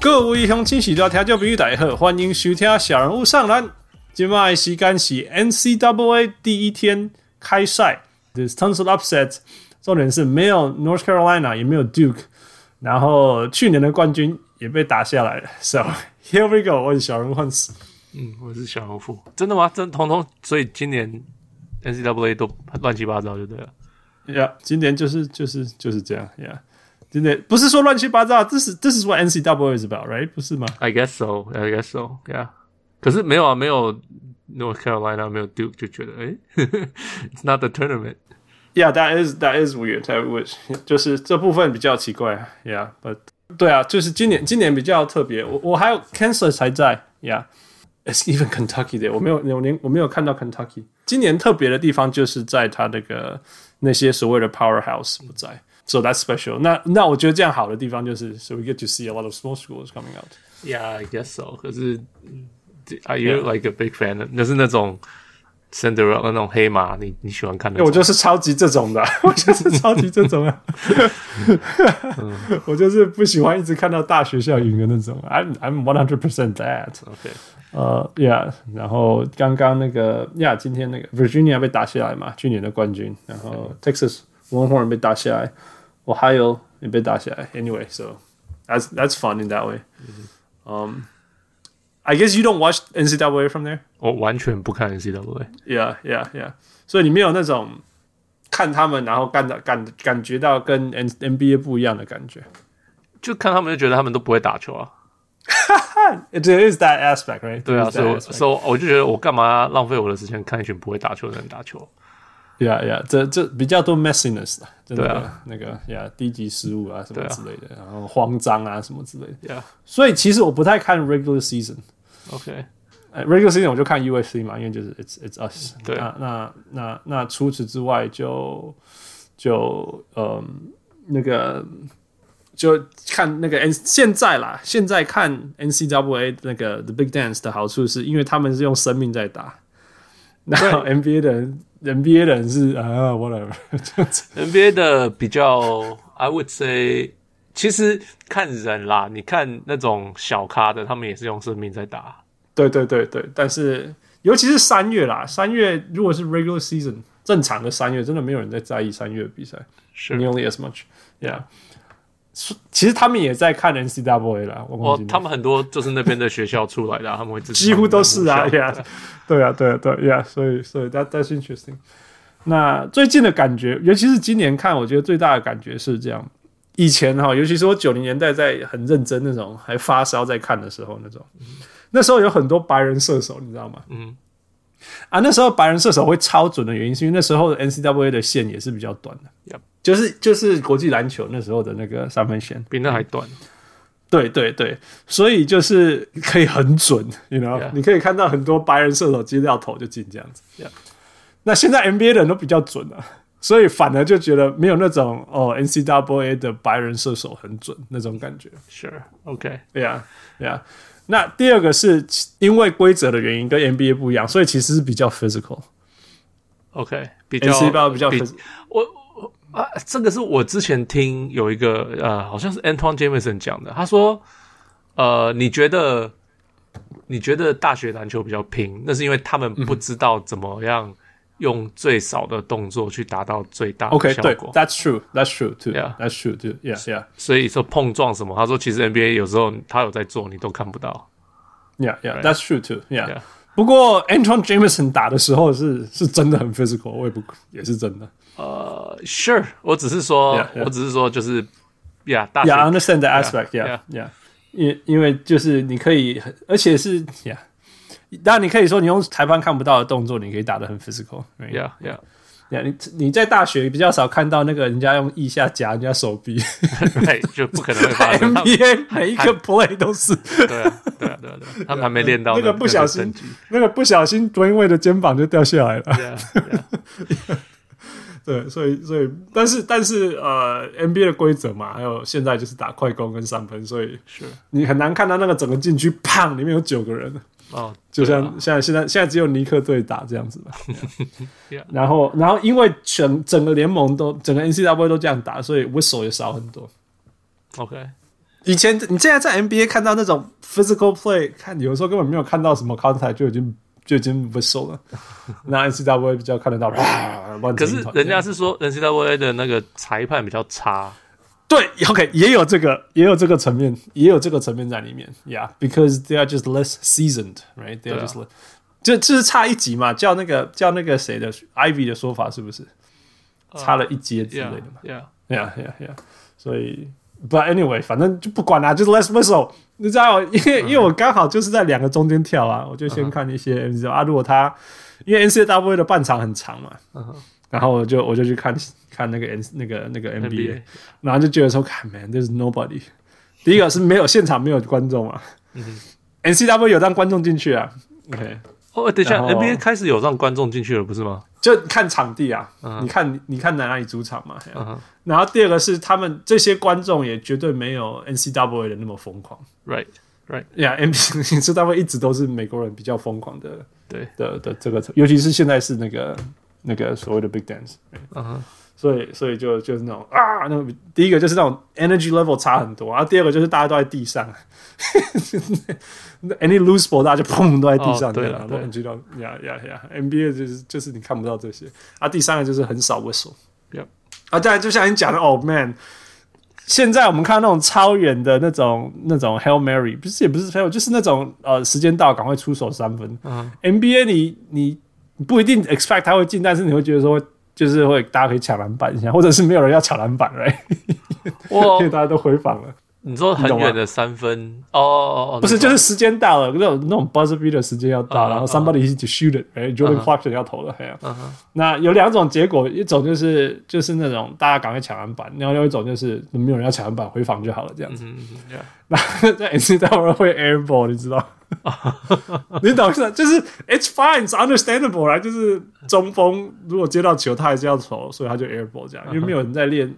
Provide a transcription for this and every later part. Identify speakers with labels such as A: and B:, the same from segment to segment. A: 各位乡亲是到听众朋友大家好，欢迎收听《小人物上篮》。今麦时间是 NCAA 第一天开赛，There's tons of upsets。重点是没有 North Carolina，也没有 Duke，然后去年的冠军也被打下来了。So here we go，我是小人物 Hans。
B: 嗯，我是小人物，真的吗？真彤彤，所以今年 NCAA 都乱七八糟就对了。
A: Yeah，今年就是就是就是这样。Yeah，今年不是说乱七八糟，这是这是 what NCAA is about，right？不是吗？
B: I guess so, I guess so, yeah。可是没有啊，没有 North Carolina，没有 Duke，就觉得 哎、i t s not the tournament。
A: Yeah, that is that is weird. I wish 就是这部分比较奇怪。Yeah, but 对啊，就是今年今年比较特别。我我还有 Kansas 还在。Yeah, it's even Kentucky there. 我没有我连我没有看到 Kentucky。今年特别的地方就是在它那个那些所谓的 powerhouse 不在。So that's special. 那那我觉得这样好的地方就是，so we get to see a lot of small schools coming out.
B: Yeah, I guess so。可是，Are 嗯 you like a big fan？那是那种 Cinderella 那种黑马，你你喜欢看的？
A: 我就是超级这种的， 我就是超级这种的， 我就是不喜欢一直看到大学校赢的那种。I'm I'm one hundred percent that。
B: OK，
A: 呃，Yeah，然后刚刚那个，Yeah，今天那个 Virginia 被打下来嘛，去年的冠军，然后 Texas Longhorn 被打下来，Ohio 也被打下来。Anyway，so that's that's fun in that way. Um, I guess you don't watch NCAA from there.
B: 我完全不看 NCAA。
A: Yeah, yeah, yeah. 所以你没有那种看他们，然后感到感感觉到跟 N NBA 不一样的感觉。
B: 就看他们就觉得他们都不会打球啊。
A: There is that aspect, right?
B: 对啊，所以我
A: so
B: 所以我就觉得我干嘛浪费我的时间看一群不会打球的人打球？
A: yeah, yeah，这这比较多 messiness 的，真的、
B: 对啊
A: 那个 yeah 低级失误啊什么
B: 对啊
A: 之类的，然后慌张啊什么之类的。
B: Yeah，
A: 所以其实我不太看 regular season，
B: OK，
A: 呃，regular season 我就看 UFC 嘛，因为就是 it's it's us
B: 对
A: 那那那那除此之外就就嗯那个就看那个 N 现在啦，现在看 NCAA 那个 The Big Dance 的好处是因为他们是用生命在打，然后 NBA 的人 NBA 的人是啊 whatever 这样子。
B: NBA 的比较，I would say，其实看人啦，你看那种小咖的，他们也是用生命在打。
A: 对对对对，但是尤其是三月啦，三月如果是 regular season 正常的三月，真的没有人在在意三月的比赛
B: 是
A: ，nearly as much，yeah。是其实他们也在看 NCAA 啦，我
B: 哦
A: 忘记，了
B: 他们很多就是那边的学校出来的啊、他们会自己
A: 几乎都是啊
B: 互相
A: ，yeah，对啊，对啊，对啊，yeah，所以所以 that that's interesting。那最近的感觉，尤其是今年看，我觉得最大的感觉是这样。以前哈，尤其是我九零年代在很认真那种，还发烧在看的时候那种，那时候有很多白人射手，你知道吗？
B: 嗯，
A: 啊，那时候白人射手会超准的原因，是因为那时候的 NCAA 的线也是比较短的
B: Yep
A: 就是就是国际篮球那时候的那个三分线，
B: 比那还短。
A: 对对对，所以就是可以很准，you know，、
B: Yeah.
A: 你可以看到很多白人射手接到头就进这样子。
B: Yeah.
A: 那现在 NBA 的人都比较准了、所以反而就觉得没有那种哦 NCAA 的白人射手很准那种感觉。
B: Sure，OK，、
A: 对呀，对呀。那第二个是因为规则的原因跟 NBA 不一样，所以其实是比较 physical。
B: OK，比较
A: NCAA 比较 p
B: 比
A: h y s
B: 我我啊，这个是我之前听有一个呃，好像是 Anton Jameson 讲的，他说，呃，你觉得你觉得大学篮球比较拼，那是因为他们不知道怎么样用最少的动作去达到最大的
A: OK，
B: 效
A: 对
B: 果
A: ，That's true, That's true too,
B: Yeah.
A: That's true too, Yeah, yeah,
B: 所以说碰撞什么，他说其实 NBA 有时候他有在做，你都看不到。
A: yeah, yeah, That's true too, Yeah.
B: Yeah.
A: 不过 Anton Jameson 打的时候是是真的很 physical，我也不也是真的。
B: 呃，Sure，我只是说
A: Yeah, yeah.
B: 我只是说就是呀大学
A: Yeah, I understand the aspect. Yeah,
B: yeah,
A: yeah. 因因为就是你可以，而且是 Yeah，当然你可以说你用裁判看不到的动作，你可以打得很 physical。
B: yeah yeah，
A: Yeah，你你在大学比较少看到那个人家用腋下夹人家手臂
B: 对，就不可能会 发生。他们
A: ，NBA 每一个 play 都是
B: 对啊，对啊，对啊，对啊，他们还没练 到
A: 那个不小心
B: 等级，
A: 那个不小心蹲位的肩膀就掉下来了。
B: 对啊，对啊
A: 对，所以所以，但是但是呃，NBA 的规则嘛，还有现在就是打快攻跟三分，所以
B: 是
A: 你很难看到那个整个禁区，砰，里面有九个人，
B: 哦，
A: 就
B: 对啊
A: 像现在现在现在只有尼克队打这样 子吧。
B: Yeah
A: 然后然后因为整整个联盟都整个 NCAA 都这样打，所以 whistle 也少很多。
B: OK，
A: 以前你现在在 NBA 看到那种 physical play，看有时候根本没有看到什么 contact 就已经就已经 whistle 了。那 NCAA 比较看得到，哇乱
B: 可
A: 成一
B: 是
A: 团
B: 人家是说 NCAA 的那个裁判比较差，
A: 对，OK，也 有这个，也有这个层面，也有这个层面在里面，Yeah，because they are just less seasoned，right？They
B: 对
A: are
B: 啊
A: just less，这这是差一级嘛？叫那个叫那个谁的 Ivy 的说法是不是？差了一阶之类
B: 呃 yeah
A: 的嘛
B: yeah，
A: ？Yeah，yeah，yeah。所以，But anyway，反正就不管啦、就是 less muscle。你知道， 因为因为我刚好就是在两个中间跳啊，我就先看一些，你知道啊，如果他因为 NCAA 的半场很长嘛，然后我就我就去看看那个 N 那个那个 NBA
B: NBA。
A: 然后就觉得说，看，man，there's nobody。第一个是没有现场没有观众啊、n c w 有让观众进去啊，OK，
B: 哦，等一下
A: 然后
B: ，NBA 开始有让观众进去了，不是吗？
A: 就看场地啊你看你看哪里主场嘛啊
B: 嗯哼
A: 然后第二个是他们这些观众也绝对没有 NCW 的那么疯狂
B: ，Right Right，
A: ，Yeah，N NCW 一直都是美国人比较疯狂的
B: 对，
A: 的的这个，尤其是现在是那个那个所谓的 Big Dance，
B: 嗯哼，
A: 所以所以就就是那种啊，那种第一个就是那种 energy level 差很多，然啊后第二个就是大家都在地上 ，any loose ball 大家就砰都在地上，
B: 哦对
A: 了，
B: 了
A: 都
B: 对
A: 很激动，呀呀呀！NBA 就是就是你看不到这些，啊，第三个就是很少 whistle，
B: Yep
A: 啊，当然就像你讲的，哦 man。现在我们看到那种超远的那种、那种 Hail Mary，不是也不是 Hail，就是那种呃，时间到赶快出手三分。
B: 嗯
A: NBA 你你你不一定 expect 他会进，但是你会觉得说会就是会大家可以抢篮板一下，或者是没有人要抢篮板，right？
B: 我
A: 因为大家都回防了。
B: 你说很远的三分，哦哦哦，
A: 不是，
B: 你说
A: 就是时间到了，那种那种 buzzer beater 时间要到，
B: 嗯
A: 然后
B: 嗯
A: somebody is to shoot it，right？Jordan
B: 嗯
A: Clarkson 要投了，嘿啊
B: 嗯哼
A: 那有两种结果，一种就是就是那种大家赶快抢篮板，然后另外一种就是没有人要抢篮板，回防就好了这样子。
B: 嗯嗯嗯，yeah
A: 那在 NCAA 会 air ball，你知道？你懂是吧？就是 it's fine，it's understandable 啦。就是中锋如果接到球，他还是要投，所以他就 air ball 这样，因为没有人在练，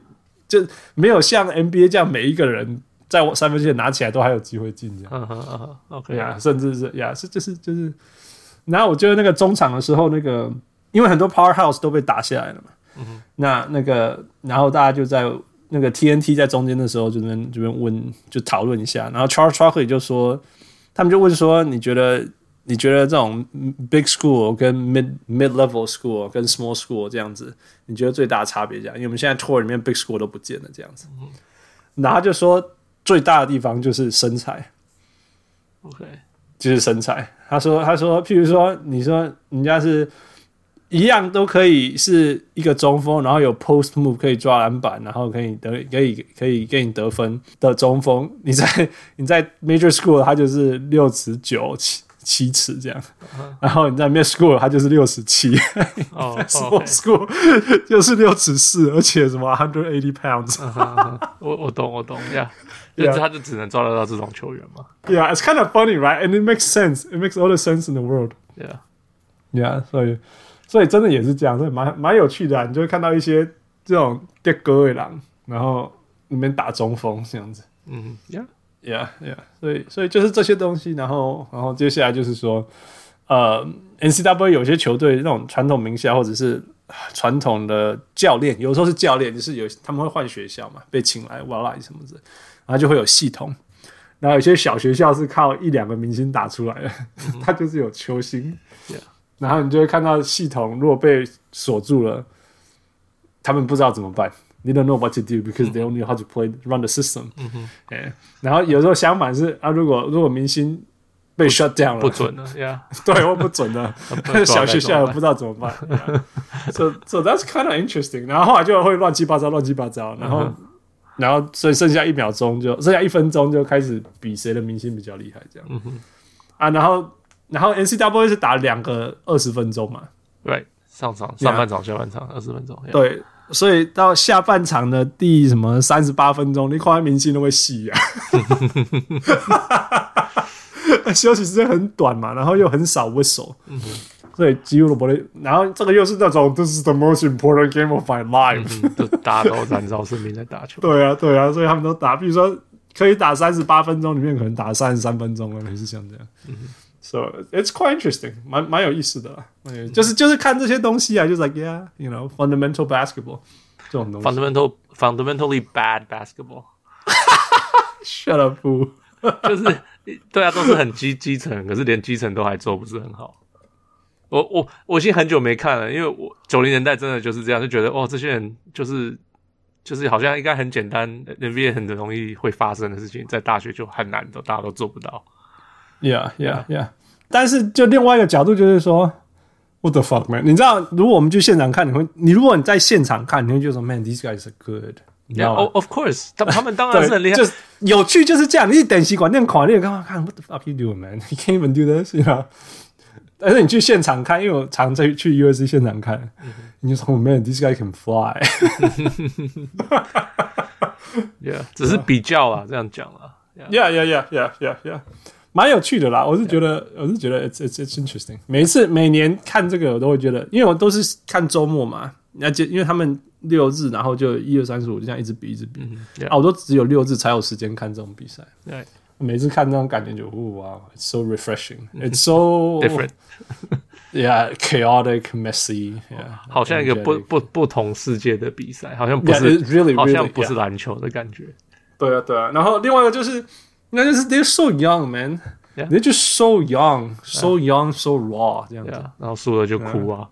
A: 就没有像 NBA 这样每一个人在我三分线拿起来都还有机会进这样。
B: 嗯哼嗯哼，OK
A: 对呀，甚至是呀，是就是就是。然后我觉得那个中场的时候，那个因为很多 powerhouse 都被打下来了嘛，那那个然后大家就在那个 TNT 在中间的时候就在那边这边问就讨论一下，然后 Charles Chalkley 就说，他们就问说你觉得你觉得这种 big school 跟 mid mid level school 跟 small school 这样子，你觉得最大的差别这样？因为我们现在 tour 里面 big school 都不见了这样子，然后他就说最大的地方就是身材，
B: OK，
A: 就是身材。他说，他说，譬如说，你说人家是一样都可以是一个中锋，然后有 post move 可以抓篮板，然后可以得可以可以给你得分的中锋，你在 你在 major school 他就是六尺九七七尺这样，然后你在 mid school 他就是六尺七。
B: 啊 哦
A: small
B: ，OK，
A: school 就是六尺四，而且什么 hundred eighty pounds。
B: 啊我我懂我懂，Yeah，
A: Yeah
B: 就是他就只能抓得到这种球员嘛
A: Yeah, it's kind of funny, right? And it makes sense. It makes all the sense in the world.
B: ，Yeah，
A: Yeah，所以所以真的也是这样，所以蛮蛮有趣的、啊。你就会看到一些这种电哥尾狼，然后里面打中锋这样子。
B: 嗯，Yeah，
A: Yeah, yeah，所以所以就是这些东西，然后然后接下来就是说，呃，NCW 有些球队那种传统名校或者是呃传统的教练，有时候是教练，就是有他们会换学校嘛，被请来哇啦什么之类，然后就会有系统。然后有些小学校是靠一两个明星打出来的，他就是有球星。
B: 嗯 Yeah
A: 然后你就会看到系统如果被锁住了，他们不知道怎么办。They don't know what to do because they only know how to play run the system。嗯然后有时候相反是啊，如果如果明星被 shut down 了，
B: 不准了，Yeah，
A: 对，我不准的
B: 不然，
A: 小学校也
B: 该怎么办
A: 不知道怎么办。so so that's kind of interesting。然后后来就会乱七八糟，乱七八糟，然后、
B: 嗯
A: 然后所以剩下一秒钟就剩下一分钟就开始比谁的明星比较厉害这样。
B: 嗯
A: 啊，然后然后 NCW 是打两个二十分钟嘛，
B: ，Right，上场
A: Yeah
B: 上半场下半场二十分钟，Yeah，
A: 对。所以到下半场的第什么三十八分钟，你看到明星都会戏啊。 休息时间很短嘛，然后又很少 whistle，、所以几乎都不会。然后这个又是那种 This is the most important game of my life，、
B: 嗯，就大家都燃烧生命在打球，
A: 对啊，对啊，所以他们都打，比如说可以打三十八分钟，里面可能打三十三分钟了，类似像这样。So it's quite interesting，蛮蛮有意思的啦，啊蛮有意思就是就是看这些东西啊，就是 like yeah，you know fundamental basketball 这种东西。
B: fundamental fundamentally bad basketball。
A: Shut up，不，
B: 就是对啊，都是很基基层，可是连基层都还做不是很好。我我我已经很久没看了，因为我九零年代真的就是这样，就觉得哦哇，这些人就是就是好像应该很简单，NBA 很容易会发生的事情，在大学就很难的，大家都做不到。
A: Yeah, yeah, yeah。但是就另外一个角度，就是说，What the fuck, man？你知道，如果我们去现场看，你会，你如果你在现场看，你会觉得说，Man, these guys are good。你知
B: Yeah,
A: 道
B: o
A: 吗？
B: of course，他他们当然
A: 啊对，
B: 是很厉害
A: 就。是有趣就是这样。你去等洗管店狂练，你干嘛看？What the fuck you doing, man? You can't even do this, you know？但是你去现场看，因为我常在去 USC 现场看，
B: 嗯
A: 你就说，Oh, man, these guys can fly。
B: Yeah，只是比较啦，这样讲啦。Yeah.
A: Yeah, yeah, yeah, yeah, yeah, yeah，蛮有趣的啦。我是觉得我是觉得 it's it's it's interesting。每一次每年看这个，我都会觉得，因为我都是看周末嘛，那就因为他们六日，然后就一二三四五就这样一直比一直比、
B: 嗯 yeah
A: 啊，我都只有六日才有时间看这种比赛。
B: Right.
A: 每次看这种感觉就，哦哇，it's so refreshing，it's so
B: 嗯 Different，
A: yeah chaotic messy，
B: 好像一个不不不同世界的比赛，好像不
A: Yeah,
B: 是
A: it's really,
B: 好像
A: really,
B: 不是篮球的感觉。
A: 对啊，对啊。然后另外一个就是，那就是 they're so young, man.
B: Yeah.
A: They're just so young, so young, so raw 这样子。
B: Yeah，然后输了就哭啊。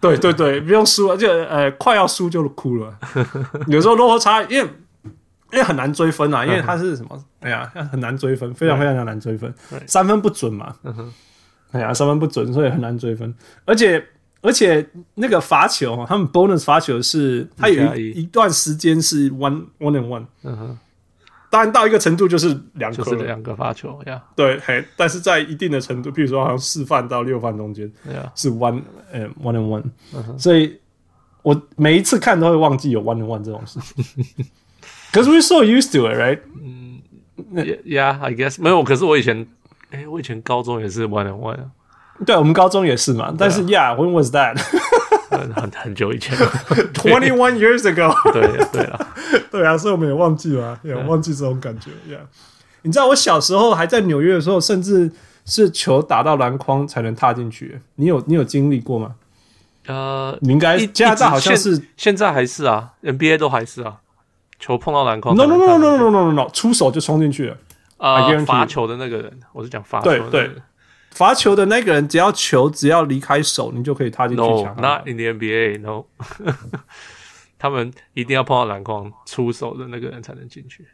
A: 对对对，不用输了，就呃快要输就哭 了。有时候落后差，因为因为很难追分啊，因为他是什么？
B: 嗯
A: 哎呀，很难追分，非常非常难追分，三分不准嘛。
B: 嗯
A: 哎呀，三分不准，所以很难追分。而且而且那个罚球哦，他们 bonus 罚球是，他
B: 一加
A: 有
B: 一
A: 一一段时间是 one one and one，
B: 嗯哼，
A: 当然到一个程度就是两颗
B: 就
A: 了，
B: 是两个发球。Yeah，
A: 对，嘿，但是在一定的程度，譬如说好像四犯到六犯中间
B: Yeah，
A: 是 one 呃 one and one，、所以我每一次看都会忘记有 one and one 这种事情。Cause we're so used to it, right?
B: Yeah, I guess 没有，可是我以前，哎、我以前高中也是 one on one，啊
A: 对，我啊们高中也是嘛。但是，Yeah, when was that?
B: 很很很久以前。
A: Twenty one years ago.
B: 对对了，
A: 对啊，所以我们也忘记了、啊，也忘记这种感觉。Yeah，你知道我小时候还在纽约的时候，甚至是球打到篮筐才能踏进去。你有你有经历过吗？
B: 呃，
A: 你应该
B: 一
A: 加拿大好
B: 一
A: 像
B: 直
A: 是
B: 现现在还是啊，NBA 都还是啊，球碰到篮筐
A: No
B: 才
A: no
B: 能
A: no
B: 看
A: no no no no no no，出手就冲进去了。I
B: 呃
A: guarantee
B: 罚球的那个人，我是讲罚球
A: 对
B: 的那个
A: 对
B: 人。，
A: 罚球的那个人只要球只要离开手，你就可以踏进去
B: No,
A: 抢。
B: not in the NBA. No，他们一定要碰到篮筐出手的那个人才能进去。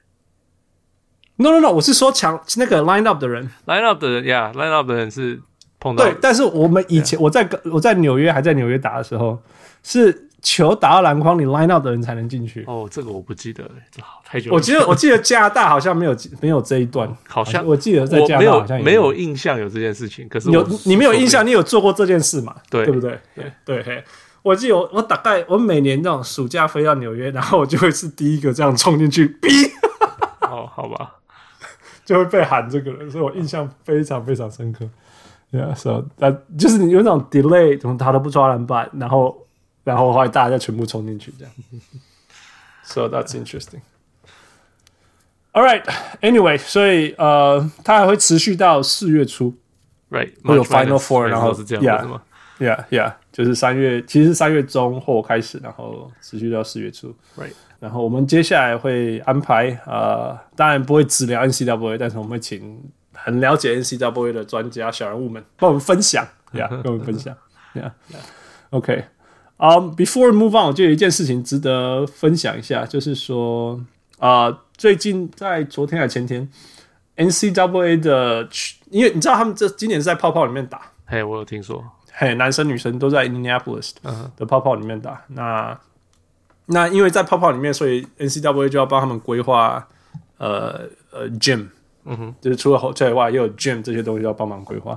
A: no no no，我是说抢那个 line up 的人。
B: Line up 的人，Yeah，Line up 的人是碰到
A: 对，但是我们以前我在我在纽约还在纽约打的时候，是球打到篮筐，你 line up 的人才能进去。
B: 哦，这个我不记得了，这好太久了。
A: 我记得我记得加拿大好像没有没有这一段，
B: 好像
A: 我记得在
B: 我
A: 加
B: 没
A: 拿大
B: 有
A: 好像也
B: 没有印象有这件事情，可是
A: 有
B: 我
A: 你没有印象，你有做过这件事嘛？
B: 对
A: 对不对？对对嘿，我记得我我大概我每年那种暑假飞到纽约，然后我就会是第一个这样冲进去，哔
B: 哦，好吧，
A: 就会被喊这个人，所以我印象非常非常深刻。Yeah，so that 就是你有那种 delay，怎么他都不抓篮板，然后然后后来大家全部冲进去这样。So that's interesting. All right. Anyway，所以呃，它还会持续到四月初。
B: ，Right，
A: 会有
B: March
A: Final
B: Madness，
A: Four，
B: 每次
A: 然后
B: 都是这样子
A: Yeah
B: 吗
A: Yeah, yeah，就是三月，其实是三月中后开始，然后持续到四月初。
B: ？Right，
A: 然后我们接下来会安排，呃，当然不会只聊 NCAA，但是我们会请很了解 NCAA 的专家小人物们帮我们分享，Yeah，跟我们分享，Yeah。OK，嗯、b e f o r e move on，我就有一件事情值得分享一下，就是说，啊、最近在昨天还前天，NCAA 的区，因为你知道他们这今年是在泡泡里面打，
B: 嘿，我有听说，
A: 嘿，男生女生都在 Indianapolis 的泡泡里面打。那那因为在泡泡里面，所以 NCAA 就要帮他们规划呃呃 gym，嗯哼，就是除了 hotel 以外，也有 gym 这些东西要帮忙规划。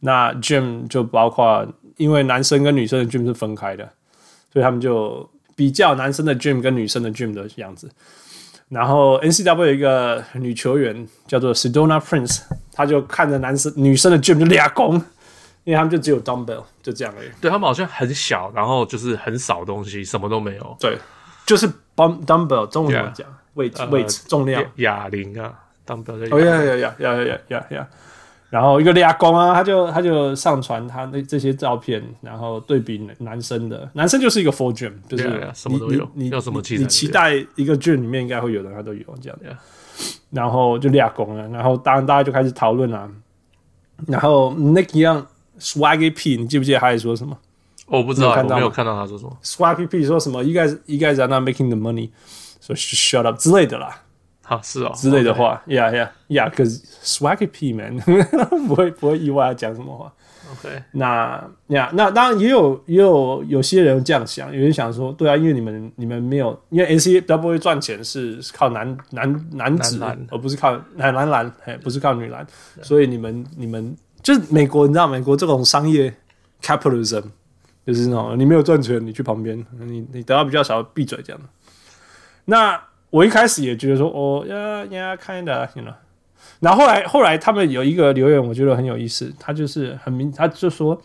A: 那 gym 就包括，因为男生跟女生的 gym 是分开的，所以他们就比较男生的 gym 跟女生的 gym 的样子。然后 NCW 有一个女球员叫做 Sedona Prince，她就看着男生女生的 gym 就俩攻，因为他们就只有 dumbbell，就这样而已。
B: 对他们好像很小，然后就是很少东西，什么都没有，
A: 对，就是 bum dumbbell，中文怎么
B: Yeah 呃
A: 讲？weight weight 重量。
B: 哑哑铃啊，当标在
A: 哦
B: 哑
A: 呀呀呀呀呀呀呀！然后一个俩公啊，他就他就上传他那这些照片，然后对比男男生的，男生就是一个 full gym，就是
B: Yeah, yeah，什
A: 你
B: 么都有
A: 你你
B: 要什么器材
A: 你
B: 都有
A: 期待一个 gym 里面应该会有的，他都有这样。
B: Yeah
A: 然后就俩拱了，然后当然大家就开始讨论了。然后 Nick Young swaggy P，你记不记得他也说什么
B: 哦我不知道，
A: 你有看
B: 我
A: 到
B: 没有
A: 吗
B: 看到他说什么
A: ？swaggy P 说什么？You guys, you guys are not making the money, so shut up 之类的啦。
B: 啊，是哦，
A: 之类的话，Yeah Yeah Yeah，cause swaggy P man，不 会不会意外他讲什么话。
B: ，OK，
A: 那呀那当然也有也有有些人这样想，有人想说，对啊，因为你们你们没有，因为 NCAA 赚钱是靠男男男子，
B: 男篮
A: 而不是靠男男篮，哎，不是靠女篮，所以你们你们就是美国，你知道美国这种商业 capitalism 就是那种你没有赚钱，你去旁边，你你得到比较少，闭嘴这样的。那我一开始也觉得说，哦呀呀，kinda，you know。然后后来后来他们有一个留言，我觉得很有意思，他就是很明，他就说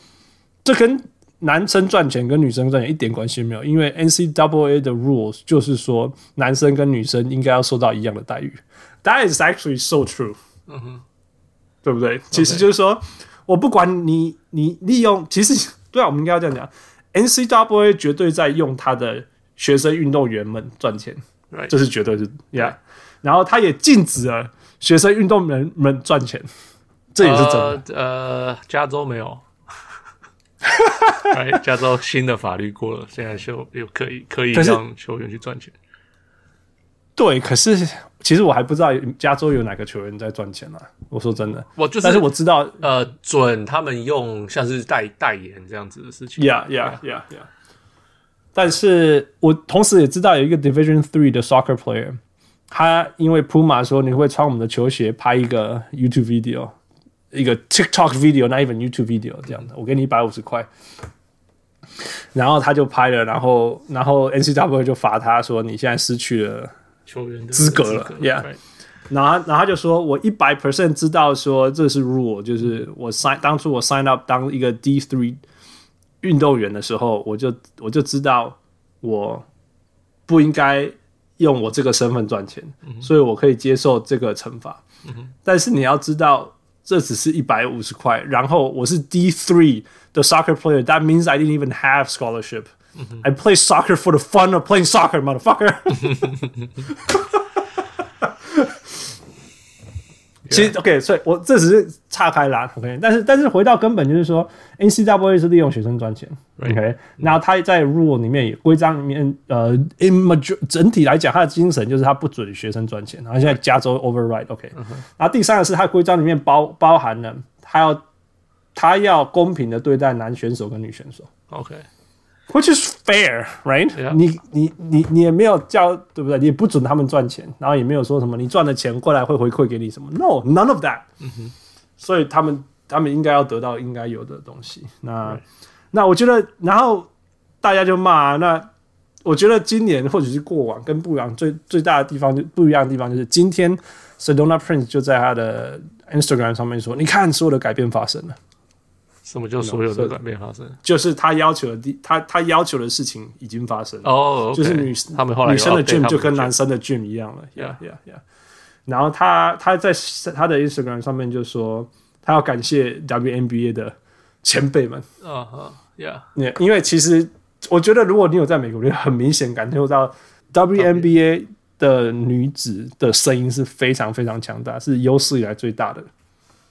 A: 这跟男生赚钱跟女生赚钱一点关系没有，因为 NCAA 的 rules 就是说男生跟女生应该要受到一样的待遇。That is actually so true，嗯哼，对不
B: 嗯
A: 对？其实就是说我不管你你利用，其实 对啊，我们应该要这样讲，NCAA 绝对在用他的学生运动员们赚钱
B: Right
A: 这是绝对是 yeah，然后他也禁止了学生运动员们赚钱，这也是真的。
B: 呃呃，加州 没有。哎，加州新的法律过了，现在就又可以可以
A: 可是
B: 让球员去赚钱。
A: 对，可是其实我还不知道加州有哪个球员在赚钱啊。我说真的，
B: 我就是，
A: 但是我知道
B: 呃，准他们用像是代代言这样子的事情。
A: ，Yeah Yeah Yeah Yeah。但是我同时也知道有一个 Division Three 的 soccer player，他因为 Puma 说你会穿我们的球鞋拍一个 YouTube video，一个 TikTok video，not even YouTube video 这样的，我给你一百五十块。然后他就拍了，然后然后 NCW 就罚他说你现在失去了
B: 球员的
A: 资格了，Yeah
B: right
A: 然后他，然后他就说：“我一百 percent 知道说这是 rule，就是我 sign 当初我 sign up 当一个 D three 运动员的时候，我就我就知道我不应该用我这个身份赚钱，所以我可以接受这个惩罚。但是你要知道，这只是一百五十块，然后我是 D three 的 soccer player，that means I didn't even have scholarship。I play soccer for the fun of playing soccer, motherfucker。其实 OK，所以我这只是岔开啦，OK。但是但是回到根本就是说，NCAA 是利用学生赚钱
B: Right
A: ，OK。然后他在 rule 里面也规章里面，呃，in major 整体来讲，他的精神就是他不准学生赚钱。然后现在加州 override，OK、然后第三个是他的规章里面包包含了他要他要公平的对待男选手跟女选手。
B: OK，
A: Which is fair, right?
B: Yeah.
A: 你你你你也没有叫对不对？你也不准他们赚钱，然后也没有说什么你赚的钱过来会回馈给你什么。No, none of that. 所以他们他们应该要得到应该有的东西。那、那我觉得，然后大家就骂、啊那我觉得今年或者是过往跟不一样最最大的地方就不一样的地方就是今天 Sedona Prince 就在他的 Instagram 上面说：“你看，所有的改变发生了。”
B: 什么叫所有的
A: 是
B: 改变发生？
A: 就是他要求的地，他他要求的事情已经发生了。
B: 哦，OK，
A: 就是女
B: 他们后来有
A: 女生的
B: update 他
A: gym
B: 们
A: 就跟
B: gym
A: 男生的 gym 一样了，yeah yeah yeah。然后他他在他的 Instagram 上面就说，他要感谢 WNBA 的前辈们，
B: 啊哈，Yeah，
A: 因因为其实我觉得如果你有在美国，你会很明显感受到 WNBA 的女子的声音是非常非常强大，是有史以来最大的。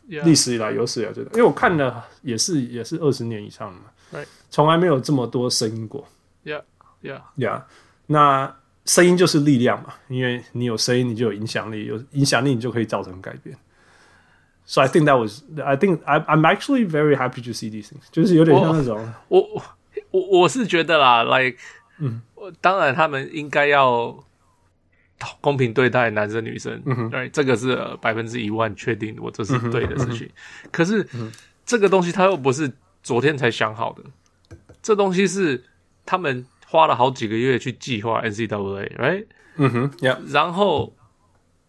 A: 历
B: 历
A: 史以来有史以来最大，因为我看了也是也是二十年以上了嘛
B: Right，
A: 从来没有这么多声音过。
B: Yeah，
A: 呀、那声音就是力量嘛，因为你有声音，你就有影响力，有影响力，你就可以造成改变。So I think that was, I think I I'm actually very happy to see these things，就是有点像那种
B: 我我我我是觉得啦，like，嗯，当然他们应该要公平对待男生女生，对，这个是百分之一万确定，我这是对的事情。可是这个东西他又不是昨天才想好的，这东西是他们花了好几个月去计划 NCAA，right？
A: 嗯哼，Yeah，
B: 然后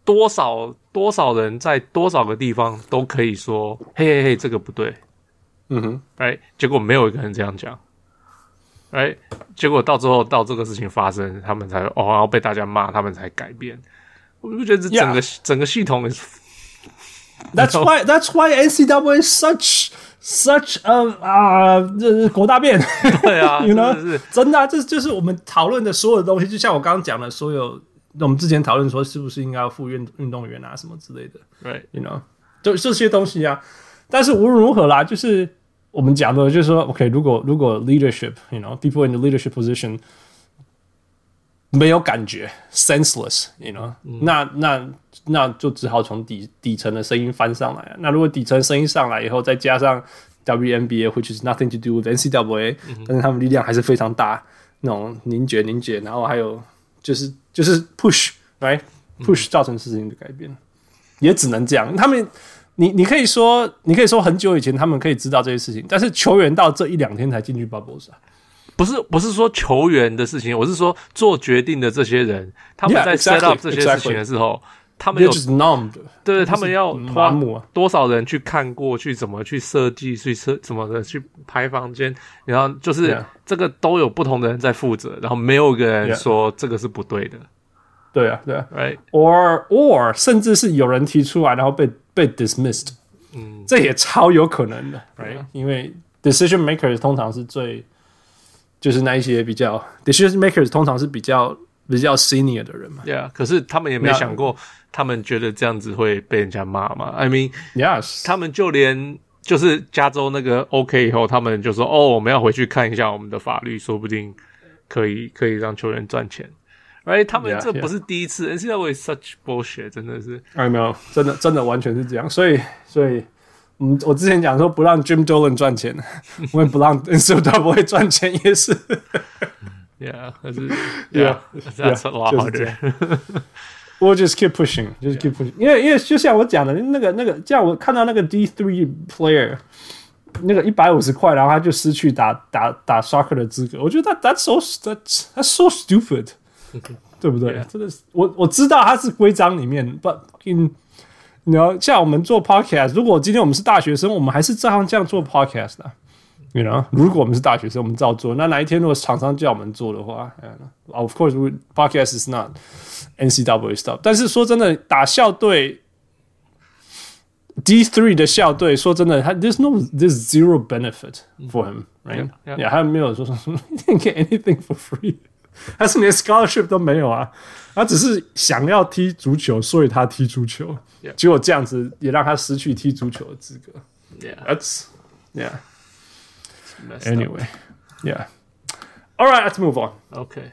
B: 多少多少人在多少个地方都可以说，嘿嘿嘿，这个不对，
A: 嗯哼，
B: 哎，结果没有一个人这样讲，哎，结果到最后到这个事情发生，他们才哦，然后被大家骂，他们才改变。我就觉得这整个整个系统是
A: That's why that's why NCAA is such such a 啊、这是国大便。
B: 对啊，
A: You
B: 真
A: know，
B: 的是
A: 真的、啊，这就是我们讨论的所有东西，就像我刚刚讲的，所有我们之前讨论说是不是应该要付运运动员啊什么之类的
B: ，right，
A: ，you know，就这些东西啊。但是无论如何啦，就是我们讲的，就是说，OK，如果如果 leadership，you know，people in the leadership position 没有感觉，senseless，you know，、那那那就只好从底底层的声音翻上来啊。那如果底层声音上来以后，再加上 WNBA，which is nothing to do with NCAA，、但是他们力量还是非常大，那种凝结凝结，然后还有就是就是 push right push 造成事情的改变，也只能这样。他们，你你可以说，你可以说很久以前他们可以知道这些事情，但是球员到这一两天才进去 bubbles 啊。
B: 不是不是说球员的事情，我是说做决定的这些人，他们
A: Yeah,
B: 在 set up 这
A: exactly,
B: 些事情的时候他们
A: They're
B: 有
A: just numbed，
B: 对他们要
A: 麻
B: 花
A: 木啊。
B: 多少人去看过，去怎么去设计，去设什么的，去排房间，然后就是
A: Yeah.
B: 这个都有不同的人在负责，然后没有一个人
A: Yeah.
B: 说这个是不对的
A: 对啊，对啊。
B: ，right？
A: or or 甚至是有人提出来，然后被被 dismissed，嗯，啊这也超有可能的，right？因为 decision makers 通常是最，就是那一些比较 decision makers 通常是比较比较 senior 的人嘛
B: Yeah，可是他们也没
A: 那
B: 想过，他们觉得这样子会被人家骂嘛？I mean，
A: ，yes，
B: 他们就连就是加州那个 OK 以后，他们就说哦，我们要回去看一下我们的法律，说不定可以可以让球员赚钱。right？他们
A: Yeah,
B: 这
A: yeah.
B: 不是第一次 n c a a such bullshit，真的是
A: 哎没有，真的真的完全是这样，所以所以。嗯，我之前讲说不让 Jim Dolan 赚钱，我也不让 n c w 会赚钱，也是
B: ，yeah，可是
A: Yeah,
B: yeah，that's a lot
A: 就是这
B: harder
A: 样。We'll just keep pushing, just keep pushing. 因为因为就像我讲的，那个那个，像我看到那个 D three player，那个一百五十块，然后他就失去打打打 soccer 的资格。我觉得 that that's so that's that's so stupid，对不对
B: Yeah.
A: 真的是，我我知道他是规章里面，but in 你要像我们做 podcast，如果今天我们是大学生，我们还是照样这样做 podcast 的、You know，如果我们是大学生，我们照做。那哪一天如果厂商叫我们做的话，I don't know. of course, we, podcast is not NCAA stuff。但是说真的，打校队 D three 的校队，说真的，他 there's no there's zero benefit for him, right?
B: Yeah,
A: Yeah，他没有说什么 he didn't get anything for free，他 是连 scholarship 都没有啊，他只是想要踢足球，所以他踢足球
B: Yeah.
A: 结果这样子也让他失去踢足球的资格。
B: Yeah,
A: That's yeah.
B: messed up.
A: Uh, Anyway, yeah. All right, let's move on.
B: OK.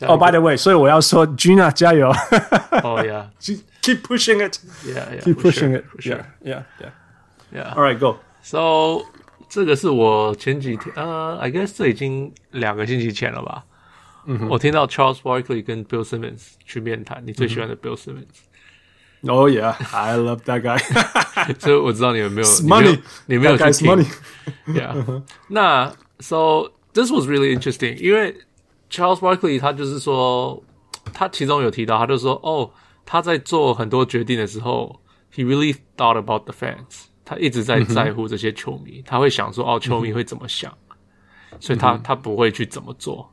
A: 哦、b y Oh, the way，所以我要说 Gina 加 油
B: oh yeah,
A: ，keep pushing it，keep
B: yeah, yeah.
A: pushing it.
B: for sure.
A: Yeah, yeah, yeah.
B: Yeah.
A: All right, go.
B: So 这个是我前几天，呃，I guess 这已经两个星期前了吧。嗯、我听到 Charles Barkley 跟 Bill Simmons 去面谈，你最喜欢的 Bill Simmons，、
A: Oh yeah, I love that guy.
B: 所以我知道你们没有
A: Money，
B: 你没有你没有
A: that guy's
B: 去听。
A: money.
B: Yeah，那 So this was really interesting，因为 Charles Barkley 他就是说，他其中有提到，他就说，哦，他在做很多决定的时候，he really thought about the fans，他一直在在乎这些球迷，他会想说，哦，球迷会怎么想，所以他他不会去怎么做。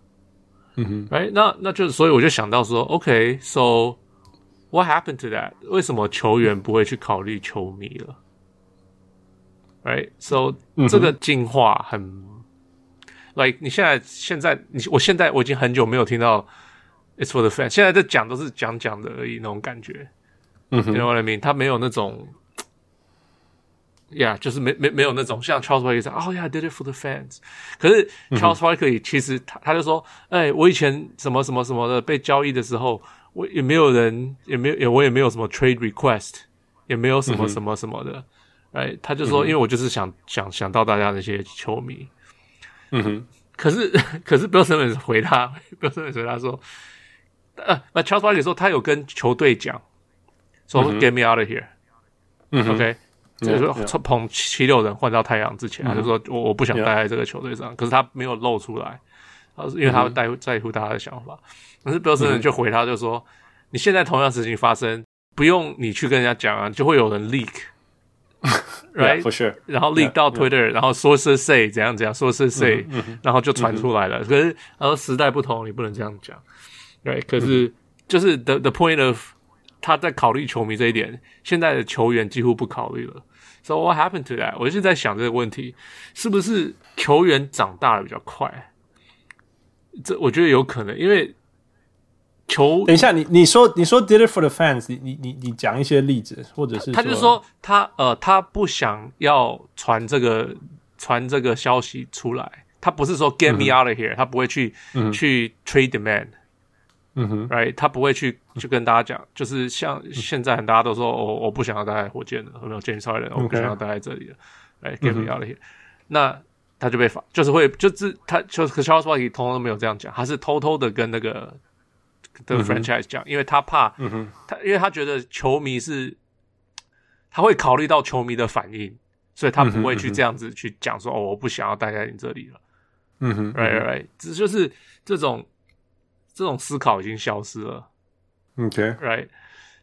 B: 嗯哼，哎，那那就是，所以我就想到说，OK，so、what happened to that？为什么球员不会去考虑球迷了？Right，so、这个进化很，like 你现在现在你我现在我已经很久没有听到 it's for the fans，现在在讲都是讲讲的而已那种感觉。嗯哼，You know what I mean？他没有那种，Yeah，就是没没没有那种像 Charles Barkley 说，Oh yeah，I did it for the fans。可是 Charles Barkley 其实他他就说，哎，我以前什么什么什么的被交易的时候，我也没有人，也没有也我也没有什么 trade request，也没有什
A: 嗯
B: 么什么什么的。哎，他就说，因为我就是想想想到大家那些球迷，
A: 嗯
B: 可是可是 Bill Simmons 回他，Bill Simmons 回他说，呃，那 Charles Barkley 说他有跟球队讲，说、Get
A: 嗯
B: me out of here，OK，、就是说
A: yeah. 嗯
B: 从从七六人换到太阳之前，他就说我我不想
A: Yeah. 嗯
B: 待在这个球队上，可是他没有露出来，他是因为他在乎在乎大家的想法。可是 Bill Simmons 就回他就说，你现在同样事情发生，不用你去跟人家讲啊，就会有 人 leak，right？
A: Yeah, 嗯 for sure.
B: 然后 leak 到 Twitter，、然后说是谁怎样怎样，说是谁，然后就
A: 嗯
B: 传出来了。可是，然后时代不同，你不能这样讲。对，可
A: 嗯
B: 是、就是 the the point of 他在考虑球迷这一点，现在的球员几乎不考虑了。So what happened to that？我就在想这个问题，是不是球员长大的比较快？这我觉得有可能，因为球
A: 等一下，你你说你说 did it for the fans，你你你你讲一些例子，或者是
B: 他就说他呃，他不想要传这个传这个消息出来。他不是说 get me out of here，、他不会去、去 trade demand。
A: 嗯哼
B: right？他不会去去跟大家讲，就是像
A: 嗯
B: 现在很大家都说，哦我、我不想要待在火箭了，有没有 James Harden，我不
A: OK 嗯
B: 想要待在这里了，来 get me out of here。那他就被罚，就是会就是他就是可 Charles w a t 通通都没有这样讲，他是偷偷的跟那个
A: 嗯
B: 的 franchise 讲，因为他怕，
A: 哼
B: 他因为他觉得球迷是他会考虑到球迷的反应，所以他不会去这样子去讲说，哦，我不想要待在你这里了。
A: 嗯哼
B: right right，right，这就是这种这种思考已经消失了。
A: ，OK，
B: right？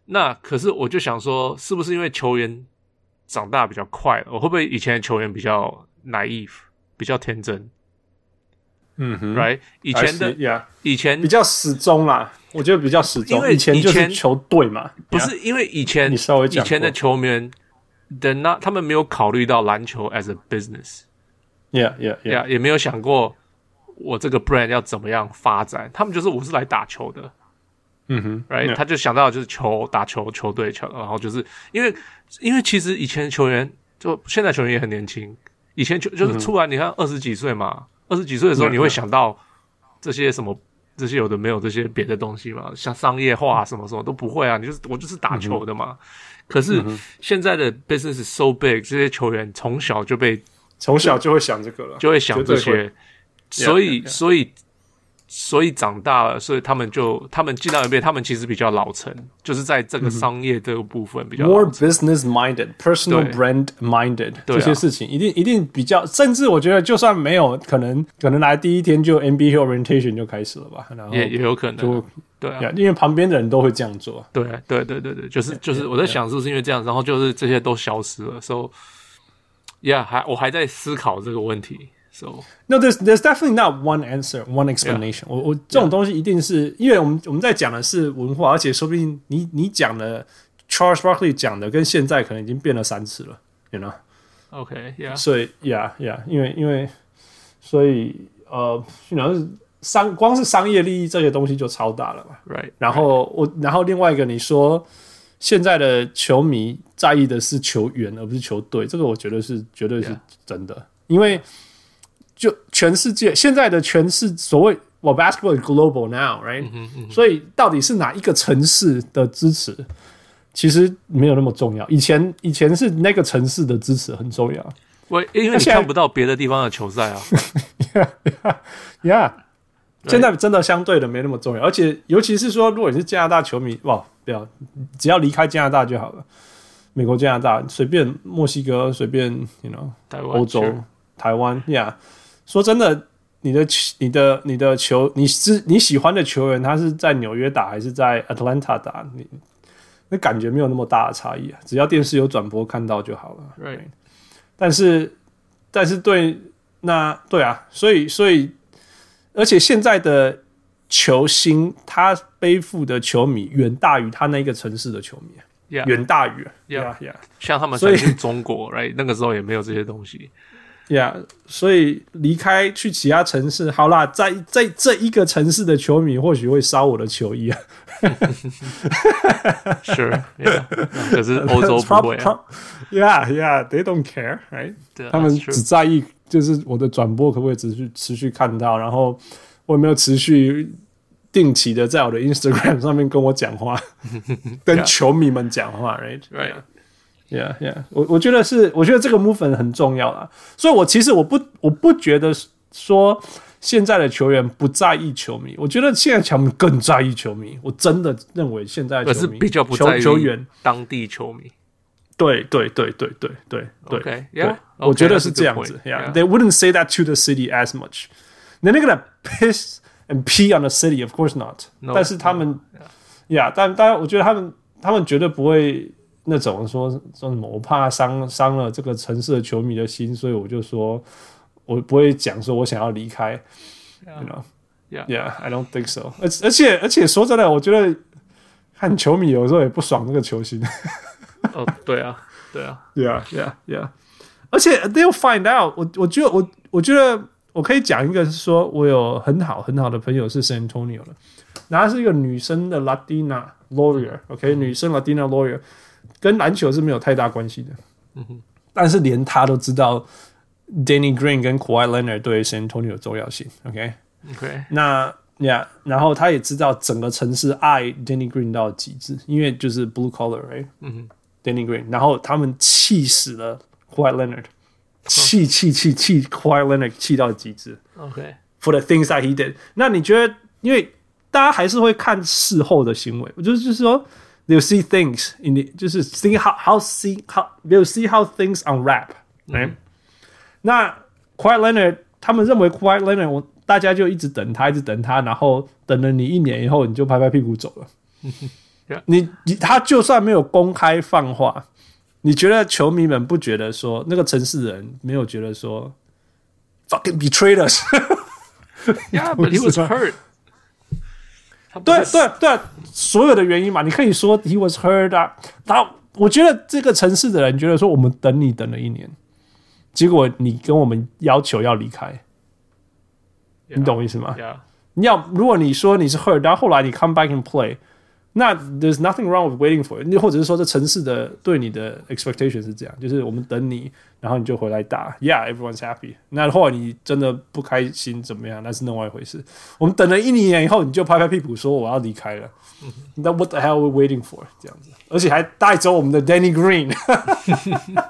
B: 那可是我就想说，是不是因为球员长大比较快了？我会不会以前的球员比较 naive，比较天真
A: 嗯哼
B: ？right？以
A: 以
B: 前的
A: ，yeah，
B: 以前
A: 比较始终啦，我觉得比较始终
B: 因，为
A: 以前就
B: 以
A: 是
B: 前
A: 球队嘛，
B: 不
A: yeah，
B: 是因为以前
A: 你稍微
B: 以
A: 讲
B: 前的
A: 过
B: 球员的那他们没有考虑到篮球 as a business，
A: ，yeah yeah
B: 呀
A: yeah，
B: 也没有想过我这个 brand 要怎么样发展。他们就是我是来打球的，
A: 嗯哼
B: right？、
A: Yeah.
B: 他就想到就是球打球球队球，然后就是因为因为其实以前球员就现在球员也很年轻，以前就
A: 嗯
B: 就是突然你看二十几岁嘛，二十几岁的时候
A: Yeah,
B: 你会
A: yeah.
B: 想到这些什么这些有的没有这些别的东西嘛，像商业化什么什么都不会啊，你就是我
A: 嗯
B: 就是打球的嘛。可是现在的 business is so big，这些球员从小就被
A: 从小就会想这个了，
B: 就会想这
A: 绝对
B: 些，所以
A: yeah, yeah.
B: 所以所以长大了，所以他们就他们进到 NBA，他们其实比较老成，就是在这个商业这个部分比较
A: 嗯
B: 老
A: more business minded, personal
B: 对
A: brand minded
B: 对啊
A: 这些事情，一定一定比较，甚至我觉得就算没有，可能可能来第一天就 NBA orientation 就开始了吧，然后
B: 也也有可能
A: 就，
B: 对啊，
A: 呀因为旁边的人都会这样做，
B: 对啊对对对对，就是就是我在想是不是因为这样，然后就是这些都消失了，so yeah，还我还在思考这个问题，so
A: No, there's there's definitely not one answer, one explanation. 我我这种东西一定是因为我们我们在讲的是文化，而且说不定你你讲的 Charles Barkley 讲的跟现在可能已经变了三次了，you know？
B: OK yeah
A: 所以，yeah yeah，因为因为所以呃，you know 商光是商业利益这些东西就超大了嘛。
B: right，
A: 然后我然后另外一个你说现在的球迷在意的是球员而不是球队，这个我觉得是绝对是
B: Yeah.
A: 真的，因为就全世界现在的全是所谓我 basketball is global now，right？、所以到底是哪一个城市的支持，其实没有那么重要。以前以前是那个城市的支持很重要
B: 我因为
A: 那
B: 你
A: 现在
B: 看不到别的地方的球赛 啊，
A: ，yeah。现在真的相对的没那么重要，而且尤其是说，如果你是加拿大球迷，哇，不要，只要离开加拿大就好了。美国、加拿大，随便墨西哥，随便，you know，
B: 台湾
A: 欧洲
B: sure，
A: 台湾呀。说真的，你的你的你的球，你是你喜欢的球员，他是在纽约打还是在 Atlanta 打？你那感觉没有那么大的差异啊，只要电视有转播看到就好了。
B: right。
A: 但是，但是对那对啊，所以所以，而且现在的球星他背负的球迷远大于他那一个城市的球迷啊
B: Yeah
A: 远大于啊
B: Yeah
A: yeah, yeah.
B: 像他们
A: 所以
B: 曾经中国，right？那个时候也没有这些东西。
A: Yeah，所以离开去其他城市，好啦，在在这一个城市的球迷或许会烧我的球衣啊，
B: Sure，yeah, 可是
A: 呃
B: 欧洲不会、啊，
A: Yeah, yeah, they don't care, right？
B: 对啊
A: 他们
B: that's
A: 只
B: true
A: 在意就是我的转播可不可以持续持续看到，然后我有没有持续定期的在我的 Instagram 上面跟我讲 话，跟球迷们讲话，right？
B: 啊 right
A: Yeah, yeah，我我觉得是，我觉得这个 movement 很重要啦。所以我其实我不我不觉得说现在的球员不在意球迷，我觉得现在球迷更在意球迷。我真的认为现在
B: 可
A: 的
B: 是
A: 球迷
B: 比较不在
A: 球球
B: 于
A: 员，
B: 当地球迷。
A: 对对对对对对对
B: OK，
A: 对
B: yeah，
A: 我
B: OK，
A: 觉得
B: that's
A: 是
B: a good
A: 这样子。
B: point, yeah
A: they wouldn't say that to the city as much. They're not gonna piss and pee on the city, of course not.
B: No,
A: 但是他们，yeah，但当然，我觉得他们他们绝对不会那种说说什么，我怕伤伤了这个城市的球迷的心，所以我就说，我不会讲说我想要离开。You know,
B: Yeah.
A: I don't think so. 而而且而且说真的，我觉得看球迷有时候也不爽那个球星。
B: 哦，对啊，对啊，
A: Yeah, yeah, yeah. 而且 they'll find out 我。我觉得我我觉得我可以讲一个，是说我有很好很好的朋友是 San Antonio 的，然后她是一个女生的 Latina lawyer，OK，、女生 Latina lawyer 跟篮球是没有太大关系的，但是连她都知道 Danny Green 跟 Kawhi Leonard 对 San Antonio 的重要性，OK，
B: OK，
A: 那呀然后他也知道整个城市爱 Danny Green 到极致，因为就是 blue collar，right？嗯，Danny Green，然后他们气死了 Kawhi Leonard，气气气气 Kawhi Leonard 气到极致
B: OK，
A: for the things that he did。那你觉得，因为大家还是会看事后的行为，我就是就是说，they see things in the，就是 see how how see how they see how things unwrap，right？、那 Quiet Leonard 他们认为 Quiet Leonard，我大家就一直等他，一直等他，然后等了你一年以后，你就拍拍屁股走了。
B: Yeah.
A: 你你他就算没有公开放话，你觉得球迷们不觉得说那个城市人没有觉得说 fucking betrayed us？
B: Yeah, but he was hurt. 他不
A: 对
B: 是
A: 对对，所有的原因嘛，你可以说 he was hurt 啊。他我觉得这个城市的人觉得说，我们等你等了一年，结果你跟我们要求要离开你懂我意思吗？
B: Yeah,
A: 你要如果你说你是 hurt，然后后来你 come back and play，那 there's nothing wrong with waiting for it。你或者是说这城市的对你的 expectation 是这样，就是我们等你，然后你就回来打，yeah，everyone's happy。那后来你真的不开心怎么样？那是另外一回事。我们等了一年以后，你就拍拍屁股说我要离开了。那 what the hell are we waiting for？这样子，而且还带走我们的 Danny Green。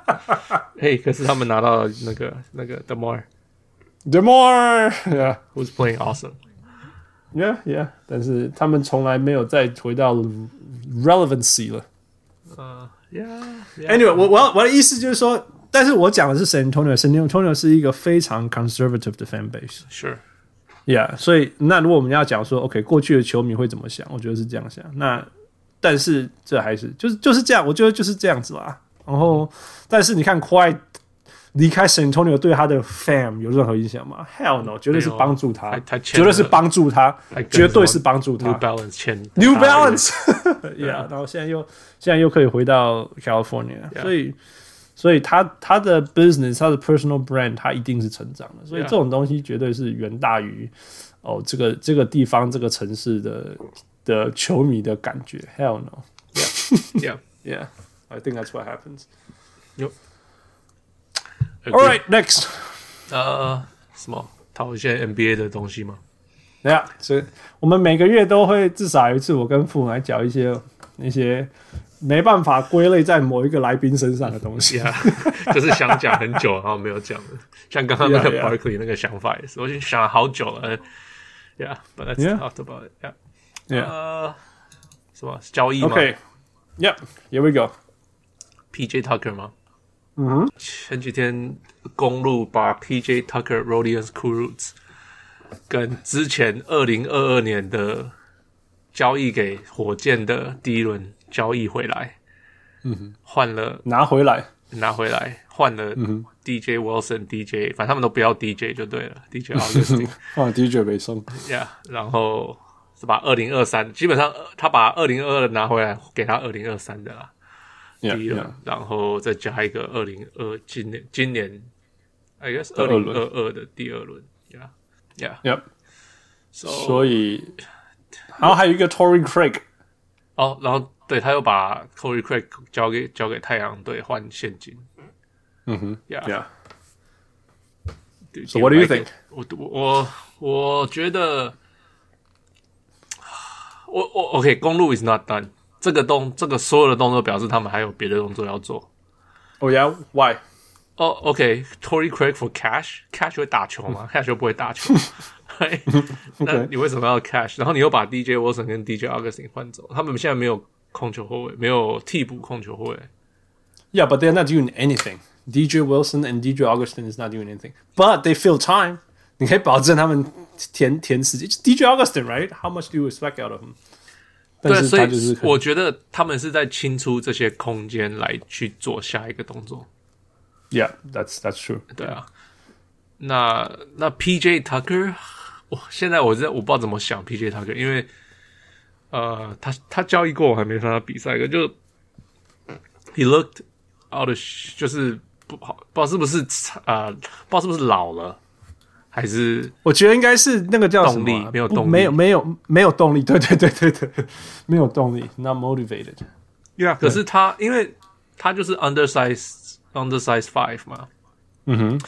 B: hey, 可是他们拿到那个那个 The More
A: The more，yeah。
B: who's playing awesome.
A: Yeah, yeah，但是他们从来没有再回到 relevancy 了。
B: Uh, yeah, yeah.
A: Anyway，我我要我的意思就是说，但是我讲的是 San Antonio，San Antonio 是一个非常 conservative 的 fan base。
B: sure.
A: Yeah，所以那如果我们要讲说，OK，过去的球迷会怎么想？我觉得是这样想。那但是这还是就是就是这样，我觉得就是这样子啦。然后，但是你看 q u i 离开 San Antonio 对他的 fam 有任何影响吗？Hell no，绝对是
B: 没有
A: 帮助他
B: 还还，签
A: 绝对
B: 了
A: 是帮助他
B: 还，跟
A: 绝对
B: 什么
A: 是帮助他
B: New。Balance 签
A: New Balance，yeah，然后现在又现在又可以回到 California，
B: Yeah
A: 所以所以他他的 business，他的 personal brand，他一定是成长的，所以
B: Yeah
A: 这种东西绝对是远大于哦这个这个地方这个城市的的球迷的感觉，Hell no，yeah，I
B: Yeah.
A: think that's what happens。
B: All
A: All right，next。
B: 呃，什么？讨一些 NBA 的东西吗？
A: 对啊，所以我们每个月都会至少有一次，我跟父母来讲一些那些没办法归类在某一个来宾身上的东西。
B: Yeah，就是 想讲很久，然后没有讲的。像刚刚那个
A: Yeah, yeah.
B: Barkley 那个想法也是，我已经想了好久了。Yeah，but let's
A: Yeah.
B: talk about it. Yeah，
A: Yeah
B: 呃，什么交易吗
A: Okay. Yep. Here we go.
B: PJ Tucker 吗？嗯，前几天公路把 PJ Tucker、Rodius k u r u t z 跟之前二零二二年的交易给火箭的第一轮交易回来，嗯哼，换了
A: 拿回来。
B: 拿回来换了
A: 嗯
B: DJ Wilson、DJ，反正他们都不要 DJ 就对了，DJ Augustine
A: 啊，DJ 没送。
B: yeah，然后是把二零二三，基本上呃他把二零二二拿回来给他二零二三的啦。
A: Yeah,
B: 第一轮
A: yeah.
B: 然后再加一个二零二今年今年，I guess 二
A: 二
B: 零
A: 轮
B: 二二的第二轮，Yeah Yeah，
A: Yep.
B: 所
A: 所 以，然后还有一个 Tory Craig。
B: 哦，然后对他又把 Corey Craig 交给交给太阳队换现金
A: 嗯哼。
B: ，Yeah
A: Yeah.
B: Do-
A: So what do you
B: like it? 我我我觉得，我我 OK，公路 is not done。这个动，这个所有的动作表示他们还有别的动作要做。
A: Oh yeah. Why?
B: 哦、o k t o r y Craig for Cash，Cash 会打球吗？Cash 又不会打球。 对那你为什么要 Cash？然后你又把 DJ Wilson 跟 DJ Augustine 换走，他们现在没有控球后卫，没有替补控球后卫。
A: Yeah, but they're not doing anything. DJ Wilson and DJ Augustin is not doing anything, but they fill time. 你可以保证他们填填时间。It's DJ Augustin, right? How much do you expect out of him? 但
B: 对，
A: 是
B: 所
A: 他就是
B: 以
A: 可
B: 我觉得他们是在清出这些空间来去做下一个动作。
A: Yeah, that's that's true.
B: 对啊，那那 PJ Tucker，我现在我在我不知道怎么想 PJ Tucker，因为呃，他他交易过我还没看他比赛，可就 He looked out of sh- 就是不好，不知道是不是啊、呃不知道是不是老了，还是
A: 我觉得应该是那个叫什么啊
B: 动力没有动力
A: 没有没有没有动力，对对对对对，没有动力，not motivated。啊
B: yeah？可是他因为他就是 undersized undersized five 嘛，
A: 嗯哼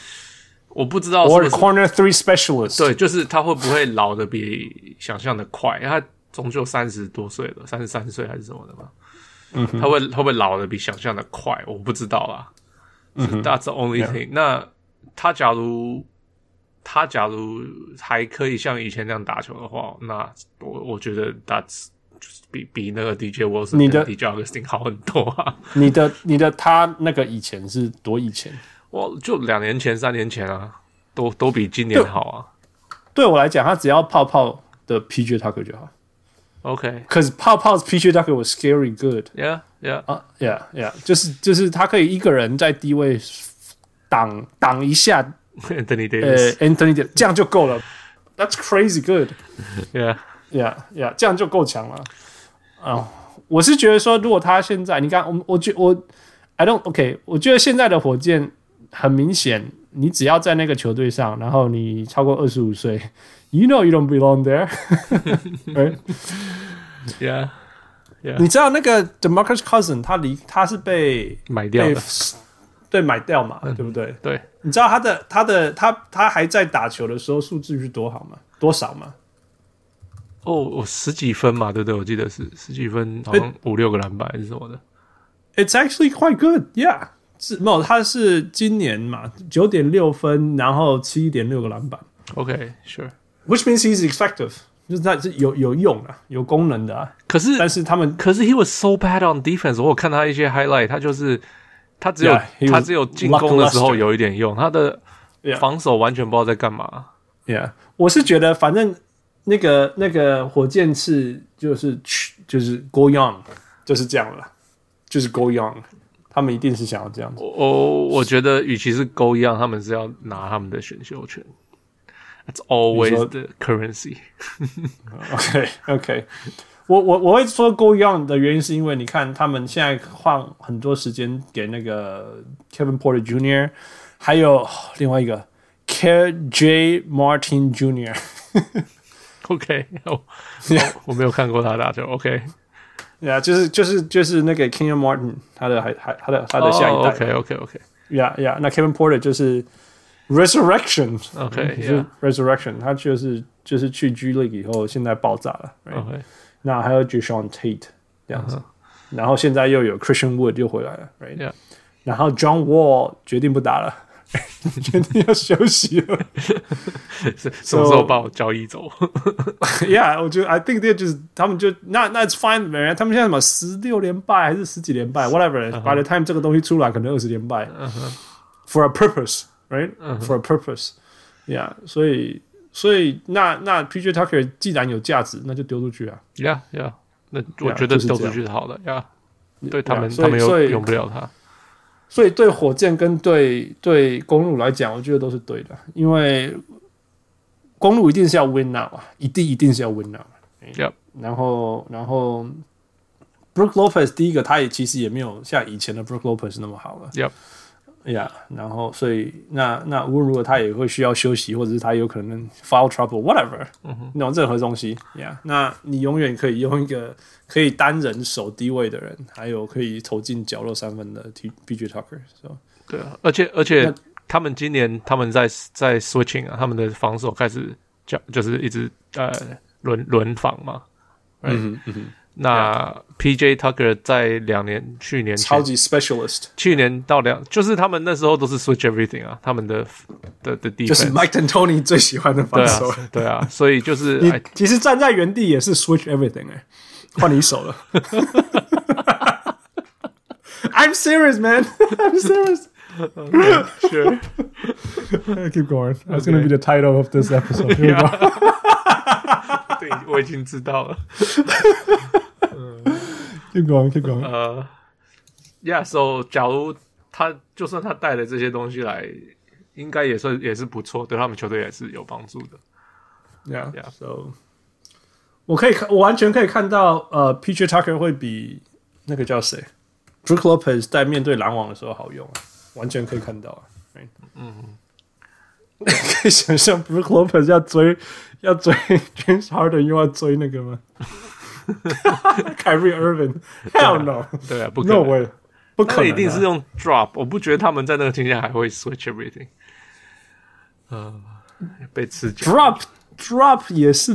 B: 我不知道是
A: ，or
B: 不是
A: corner three specialist。
B: 对，就是他会不会老的比想象的快？因为他终究三十多岁了，三十三岁还是什么的嘛。嗯，他会他会老的比想象的快，我不知道啦。嗯，That's the only thing。那他假如他假如还可以像以前那样打球的话，那我我觉得 That's 就是比比那个 DJ Wilson
A: 你的
B: 跟 DJ Augustin 好很多啊。
A: 你的你的他那个以前是多以前？
B: 我就两年前、三年前啊，都都比今年好啊。
A: 对我来讲，他只要泡泡的 PJ Tucker 就好。
B: OK，Yeah，Yeah，、
A: Cause 泡泡 PJ Tucker was scary good
B: yeah.
A: 啊，Yeah Yeah，就是就是他可以一个人在低位挡挡一下，
B: Anthony
A: 呃
B: Davis，
A: ，Anthony Davis，这样就够了。That's crazy good。
B: yeah，
A: Yeah, yeah，这样就够强了。啊、我是觉得说，如果他现在，你看，我我觉我，I don't OK，我觉得现在的火箭很明显，你只要在那个球队上，然后你超过二十五岁，You know you don't belong there 。
B: yeah，
A: 你知道那个 Demarcus Cousin 他离他是被
B: 买掉
A: 被
B: 的，嗯
A: 对买掉嘛，对不对？
B: 对，
A: 你知道他的他的他他还在打球的时候数字是多好吗？多少吗？
B: 哦，我十几分嘛，对不对？我记得是十几分，好像五六个篮板还是什么的。
A: It's actually quite good, yeah. 是没有，他是今年嘛，九点六分，然后七点六个篮板
B: OK，sure、
A: ，which means he's effective，就是他是有有用的、有功能的、 啊。
B: 可是
A: 但是他 们
B: 可是 he was so bad on defense，我有看他一些 highlight，他就是他只有
A: Yeah, he was
B: 他只有进攻的时候
A: lackluster
B: 有一点用，他的
A: Yeah
B: 防守完全不知道在干嘛。
A: ，yeah，我是觉得反正那个那个火箭是就是去就是 go young，就是这样了，就是 go young，他们一定是想要这样子。
B: 我我我觉得，与其是勾一样，他们是要拿他们的选秀权。That's
A: 你说
B: always the currency。
A: OK OK，我我我会说 Go Young 的原因是因为你看他们现在换很多时间给那个 Kevin Porter Jr.，还有哦另外一个 K J Martin Jr.
B: OK，我 我没有看过他打球。OK，
A: 对啊，就是就是就是那个 Kenyon Martin 他的还还他的他的下一代
B: OK OK OK
A: 呀呀那 Kevin Porter 就是 Resurrection，
B: OK
A: 就
B: yeah
A: 是 Resurrection，他就是就是去 G League 以后，现在爆炸了。right？
B: OK。
A: 那还有 j a s h o n Tate 这样子然后现在又有 Christian Wood 又回来了，right？、
B: 嗯 Yeah
A: 然后 John Wall 决定不打了， 决定要休息 了。
B: 是什么时候把我交易走？
A: yeah，我觉得 I think that 就是他们就那那 it's fine，man，他们现在什么十六连败还是十几连
B: 嗯
A: 败，whatever、By the time 这个东西出来，可能二十连败、f o r a
B: 嗯
A: purpose，right？For、a purpose，yeah，所以所以那那 PJ Tucker 既然有价值，那就丢出去啊。
B: 呀呀，那
A: 对
B: 我
A: 啊
B: 觉得
A: 就是这
B: 丢
A: 样
B: 出去是好的呀。对他们，
A: 所以
B: 他们又
A: 所以
B: 用不了他。
A: 所以对火箭跟对对公路来讲，我觉得都是对的，因为公路一定是要 win now 啊，一定一定是要 win now。
B: Yep
A: 然后然后 Brook Lopez 第一个，他也其实也没有像以前的 Brook Lopez 那么好了。
B: Yep
A: 呀然后所以那那无论如何，他也会需要休息，或者是他有可能 foul trouble whatever，、那种任何东西呀。Yeah，那你永远可以用一个可以单人守低位的人，还有可以投进角落三分的 T B J Tucker，so。
B: 对啊，而且而且
A: 那
B: 他们今年他们在在 switching 啊，他们的防守开始叫就是一直呃轮轮防嘛。
A: 嗯哼，
B: 那 PJ Tucker 在两年去年前
A: 超级 specialist，
B: 去年到两，就是他们那时候都是 switch everything 啊，他们的的的 defense
A: 就是 Mike and Tony 最喜欢的
B: 对
A: 防守。
B: 啊对啊，所以就是
A: 你
B: I-
A: 其实站在原地也是 switch everything 哎、换你手了。I'm serious, man. I'm serious.
B: sure
A: Keep going. That's gonna be the title of this episode. Here we go.
B: 对，我已经知道了。
A: Keep going. Keep going.
B: 呃，Yeah，so 假如他就算他带了这些东西来，应该也算也是不错，对他们球队也是有帮助的。
A: Yeah.
B: Yeah.
A: So，我可以看，我完全可以看到，呃，PJ Tucker 会比那个叫谁，Brook Lopez 在面对篮网的时候好用啊，完全可以看到啊。嗯 可以想象 Brook Lopez 要追要追 James Harden 又要追那个吗 ？Kyrie Irving，Hell no，No
B: 对啊，不可能。
A: way，不可
B: 那
A: 能、啊
B: 一定是用 drop，我不觉得他们在那个情况下还会 switch everything。呃，被刺激
A: drop drop 也是，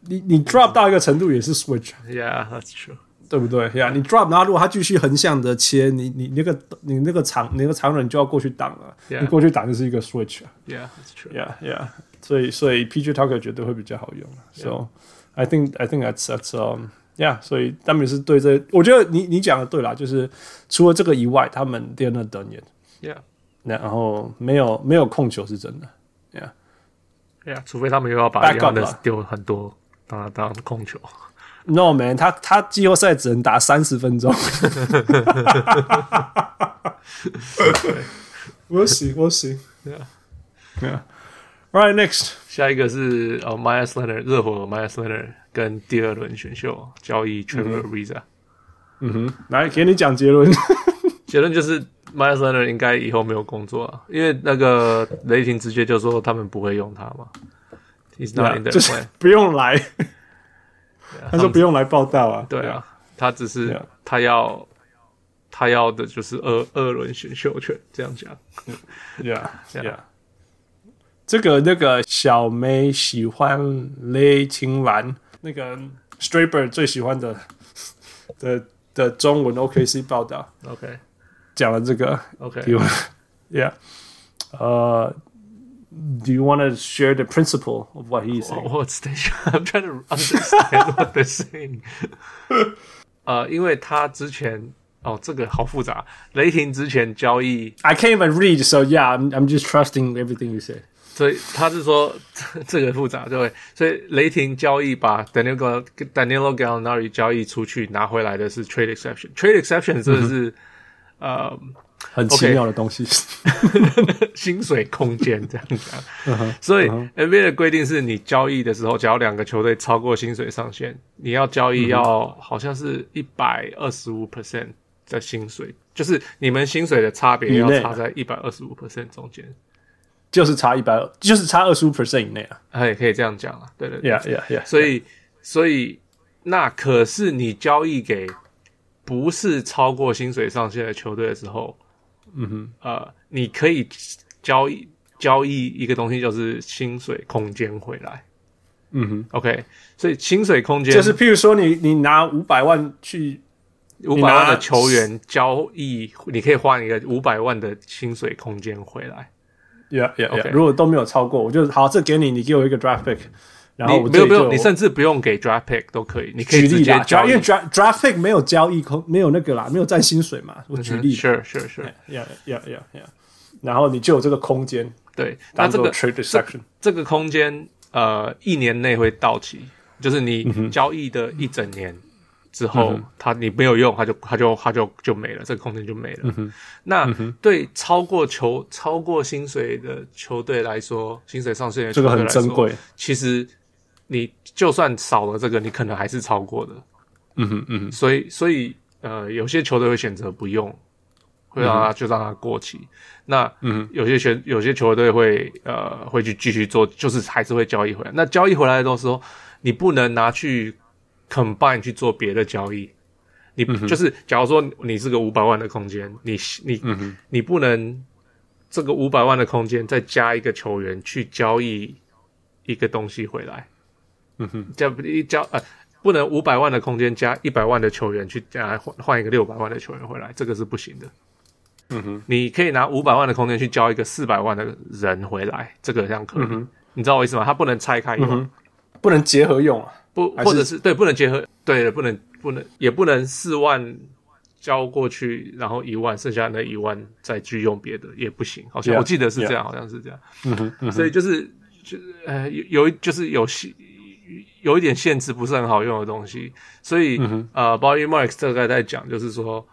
A: 你你 drop 到一个程度也是 switch，
B: ，Yeah，that's true。
A: 对不对呀你 drop，然后如果他继续横向的切，你你那个你那个长你那个长人就要过去挡了
B: Yeah
A: 你过去挡就是一个 switch 啊
B: Yeah，that's true。
A: ，yeah yeah，所以所以 PG Tucker 绝对会比较好用，so 啊 I think I think that's that's um yeah，所以他们是对这，我觉得你你讲的对啦，就是除了这个以外，他们第二那等也，
B: Yeah，Yeah，
A: 然后没有没有控球是真的，yeah。
B: 除非他们又要把
A: Back
B: 一样
A: up 了
B: 的丢很多，当然当控球。
A: No man，他他季后赛只能打三十分钟。 我行我行
B: Yeah
A: ，Yeah。Right next，
B: 下一个是呃 m y a s l e n n e r 热火 m y a s l e n n e r 跟第二轮选秀交易
A: 嗯
B: Trevor Ariza。
A: 来给你讲结论。
B: 结论就是 m y a s l e n n e r 应该以后没有工作啊，因为那个雷霆直接就说他们不会用他嘛。He's not in their
A: 就是
B: plan。
A: 不用来，他
B: 他
A: 说
B: 们
A: 不用来报道啊。
B: 对啊，他只是
A: Yeah.
B: 他要他要的就是二二轮选秀权，这样讲。
A: ，Yeah
B: Yeah.
A: Yeah。这个那个小梅喜欢雷晴岚，那个 Straber 最喜欢的的的中文 OKC 报道
B: OK
A: 讲了这个，
B: OK，
A: Do you want? Yeah. Uh, do you want to share the principle of what he's saying?
B: What's this? I'm trying to understand what they're saying. 呃，因为他之前哦，这个好复杂。雷霆之前交易，
A: I can't even read, so yeah, I'm I'm just trusting everything you say.
B: 所以他是说这个复杂，对不对？所以雷霆交易把 Danilo Danilo Gallinari 交易出去，拿回来的是 trade exception。trade exception 真的是、呃
A: 很奇妙的东西。 嗯
B: 薪水空间这样讲。所以 NBA 的规定是你交易的时候，只要两个球队超过薪水上限，你要交
A: 嗯
B: 易要好像是一百二十五 percent 的薪水，就是你们薪水的差别要
A: 以内
B: 差在一百二十五 percent 中间。
A: 就是差一百，就是差二十五 percent 以内啊。
B: 哎，可以这样讲啊，对对对
A: Yeah, yeah, yeah.
B: 所以，所以那可是你交易给不是超过薪水上限的球队的时候，嗯哼，呃，你可以交易交易一个东西，就是薪水空间回来。嗯哼，OK，所以薪水空间
A: 就是譬如说你，你拿五百万去，
B: 五百万
A: 拿
B: 的球员交易，你可以换一个五百万的薪水空间回来。
A: yeah, yeah, yeah.
B: OK
A: 如果都没有超过，我就好，这给你，你给我一个 draft pick，然后
B: 你
A: 我
B: 不用不用，
A: 这
B: 你
A: 里就
B: 甚至不用给 draft pick 都可以，你可以
A: 举
B: 直
A: 例
B: 接
A: 啦，
B: 交
A: 因为
B: 易。
A: draft draft pick 没有交易空，没有那个啦，没有占薪水嘛。我举例啦，
B: 是是是，
A: yeah, yeah, yeah, yeah. 然后你就有这个空间，
B: 对，那
A: 当
B: 这
A: 做
B: 个
A: trade section。
B: 这个空间呃一年内会到期，就是
A: 嗯
B: 你交易的一整年之后，它你没有用，它就它就它就就没了，这个空间就没了。
A: 嗯
B: 那对超过球超过薪水的球队来说，薪水上限的
A: 这
B: 球
A: 个
B: 队
A: 很
B: 来说
A: 珍贵。
B: 其实你就算少了这个，你可能还是超过的。
A: 嗯哼，嗯哼，
B: 所以所以呃，有些球队会选择不用，会让
A: 嗯
B: 他、就让他过期。那嗯，有些选有些球队会呃会去继续做，就是还是会交易回来。那交易回来的时候，你不能拿去 combine 去做别的交易。你、就是假如说你是个五百万的空间，你你、你不能这个五百万的空间再加一个球员去交易一个东西回来。加一交呃，不能五百万的空间加一百万的球员去加换换一个六百万的球员回来，这个是不行的。嗯哼，你可以拿五百万的空间去交一个四百万的人回来，这个这样
A: 嗯
B: 可以。你知道我意思吗？它不能拆开用，
A: 不能结合用啊。
B: 不
A: 嗯还是
B: 或者是对，不能结合，对，不能不能也不能四万交过去，然后一万剩下那一万再去用别的也不行，好像
A: Yeah, 嗯
B: 我记得是这样，好像是这样。所以就是就是呃有有就是有限有一点限制，不是很好用的东西。所以、
A: 嗯
B: 呃，Bobby Marks 这个在讲，就是说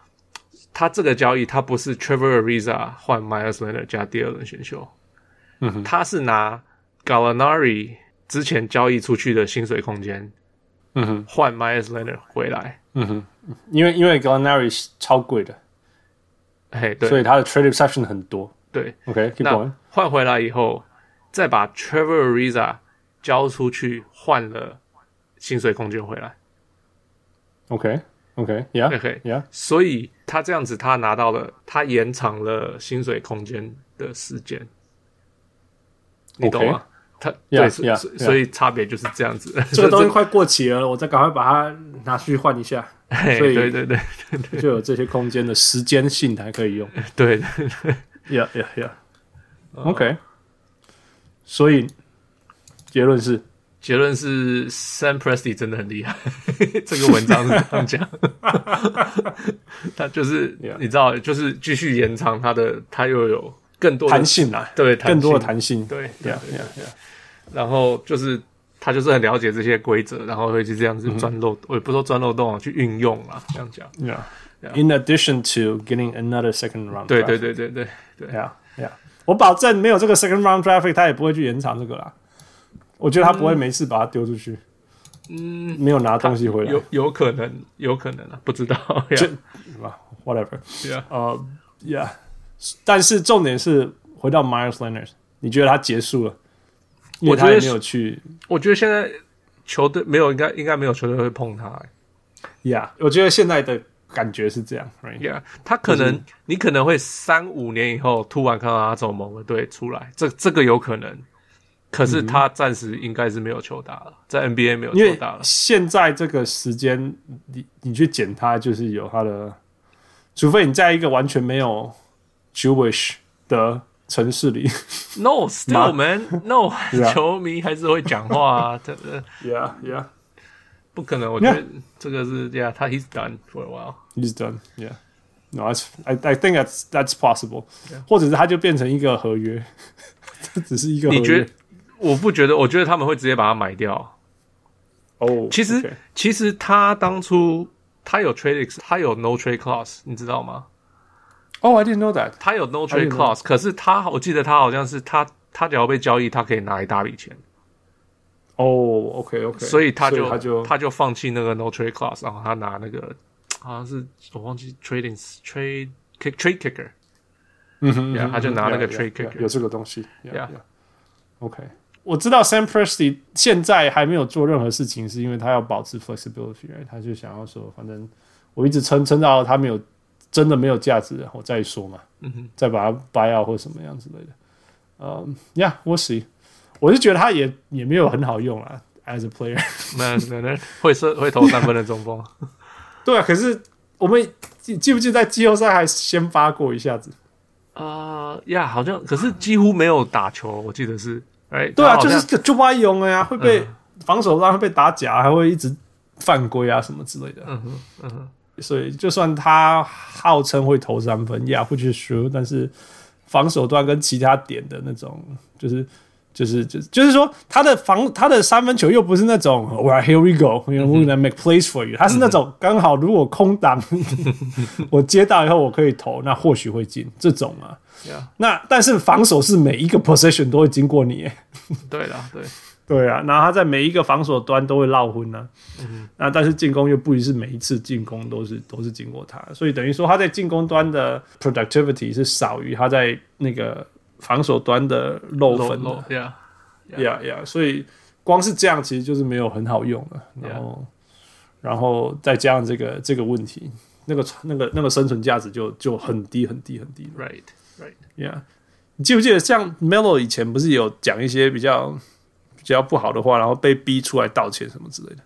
B: 他这个交易，他不是 Trevor Ariza 换 Miles Leonard 加第二轮选秀，嗯，他是拿 Gallinari 之前交易出去的薪水空间，
A: 嗯哼，
B: 换 Miles Leonard 回来。
A: 嗯哼，因为因为 Gallinari 是超贵的，
B: 嘿，对，
A: 所以他的 trade exception 很多。
B: 对，
A: OK，keep、
B: 那
A: going。
B: 换回来以后，再把 Trevor Ariza 交出去，换了薪水空间回来。
A: OK，OK，Yeah，Yeah，、
B: OK，所以他这样子，他拿到了，他延长了薪水空间的时间，你懂吗？他
A: Yeah,
B: 对，所
A: yeah,
B: 所
A: yeah.
B: 所以差别就是这样子。
A: 这个东西快过期了，我再赶快把它拿去换一 下，
B: 嘿
A: 所以
B: 对对对
A: 就有这些空间的时间性还可以用。
B: 对对
A: Yeah, yeah, yeah. Uh OK，所以结论是
B: 结论是 Sam Presti 真的很厉害， 这个文章是这样讲， 他就是
A: Yeah.
B: 你知道，就是继续延长他的，他又有更多的
A: 弹，性啊，
B: 对，
A: 更多的
B: 性
A: 弹性。
B: 对对
A: Yeah,
B: 对
A: yeah, yeah.
B: 然后就是他就是很了解这些规则，然后会去这样子
A: 嗯
B: 钻漏，我也不说钻漏洞啊，去运用啊，这样讲。
A: Yeah. In addition to getting another second round，
B: 对对对对对对，
A: ，Yeah, Yeah. 我保证没有这个 second round traffic，他也不会去延长这个啦。我觉得他不会每次把它丢出去，嗯，没有拿东西回来
B: 有，有可能，有可能啊，不知道。
A: 这
B: yeah,
A: 哇 whatever。
B: yeah.
A: 呃，Yeah，但是重点是回到 Myers Leonard，你觉得他结束了？因为
B: 我觉
A: 他
B: 得
A: 也没
B: 是
A: 有去
B: 我觉得现在球队没有，应该应该没有球队会碰他、欸。
A: ，Yeah，我觉得现在的感觉是这样，Right？
B: Yeah，他可能、你可能会三五年以后突然看到他从某个队出来，这这个有可能。可是他暂时应该是没有球打了，在 NBA 没有
A: 嗯因
B: 球
A: 为
B: 打了。
A: 现在这个时间，你你去捡他，就是有他的，除非你在一个完全没有 Jewish 的城市里
B: No, still man, no，
A: 啊
B: 球迷还是会讲话啊，这这
A: ，Yeah Yeah，
B: 不可能。我觉得这个是，Yeah，他 he's done for a while。
A: He's done. Yeah. No, that's, I I think that's that's possible. 或者是他就变成一个合约， 这只是一个合约。
B: 你觉得？我不觉得，我觉得他们会直接把他买掉。
A: 哦
B: 其实
A: OK
B: 其实他当初他有 trade，他有 no trade clause，你知道吗？
A: Oh, I didn't know that.
B: 他有 no
A: 有
B: trade clause，可是他我记得他好像是他他只要被交易，他可以拿一大笔钱，
A: 哦，OK，OK、o k OK，
B: 所以他
A: 就
B: 就
A: 他就
B: 他就放弃那个 no trade clause，然后他拿那个好像是我忘记 trading trade kick trade kicker。
A: 嗯哼，
B: Yeah，
A: 嗯哼
B: 他就拿那个
A: yeah，
B: trade
A: yeah，
B: kicker
A: 有这个东西。Yeah,
B: Yeah
A: yeah. OK，我知道 Sam Presti 现在还没有做任何事情，是因为他要保持 flexibility，、right? 他就想要说，反正我一直撑撑到他没有真的没有价值了，我再说嘛，嗯哼，再把它 buy out 或什么样之类的。嗯、y e a h we'll see。我是觉得他也也没有很好用啦，as a player。
B: 那那那会射会投三分的中锋，
A: 对啊，可是我们记记不记得在季后赛还先发过一下子？
B: 啊呀，好像可是几乎没有打球，我记得是，哎，
A: 对啊，
B: 他好
A: 就
B: 像嗯
A: 是就歪用了呀，会被防守上会被打假，还会一直犯规啊什么之类的。
B: 嗯哼嗯哼，
A: 所以就算他号称会投三分，呀会去输，但是防守端跟其他点的那种，就是就是就是就是说他的防他的三分球又不是那种 Well here we go, you know, we're gonna make plays for you，他是那
B: 嗯
A: 种刚好如果空 档我接到以后我可以投，那或许会进这种啊。
B: 呀，
A: 那但是防守是每一个 position 都会经过你耶。
B: 对啦，对，
A: 对啊，然后他在每一个防守端都会落昏呢、
B: 嗯
A: 那但是进攻又不一定是每一次进攻都是都是经过他，所以等于说他在进攻端的 productivity 是少于他在那个防守端的漏
B: 漏
A: 分
B: 漏
A: 的，
B: 呀，
A: 呀呀，所以光是这样其实就是没有很好用了，然后然后再加上这个这个问题，那个那个那个生存价值就就很低很低很低了。
B: ，right right，
A: Yeah，你记不记得像 Melo 以前不是有讲一些比较比较不好的话，然后被逼出来道歉什么之类的？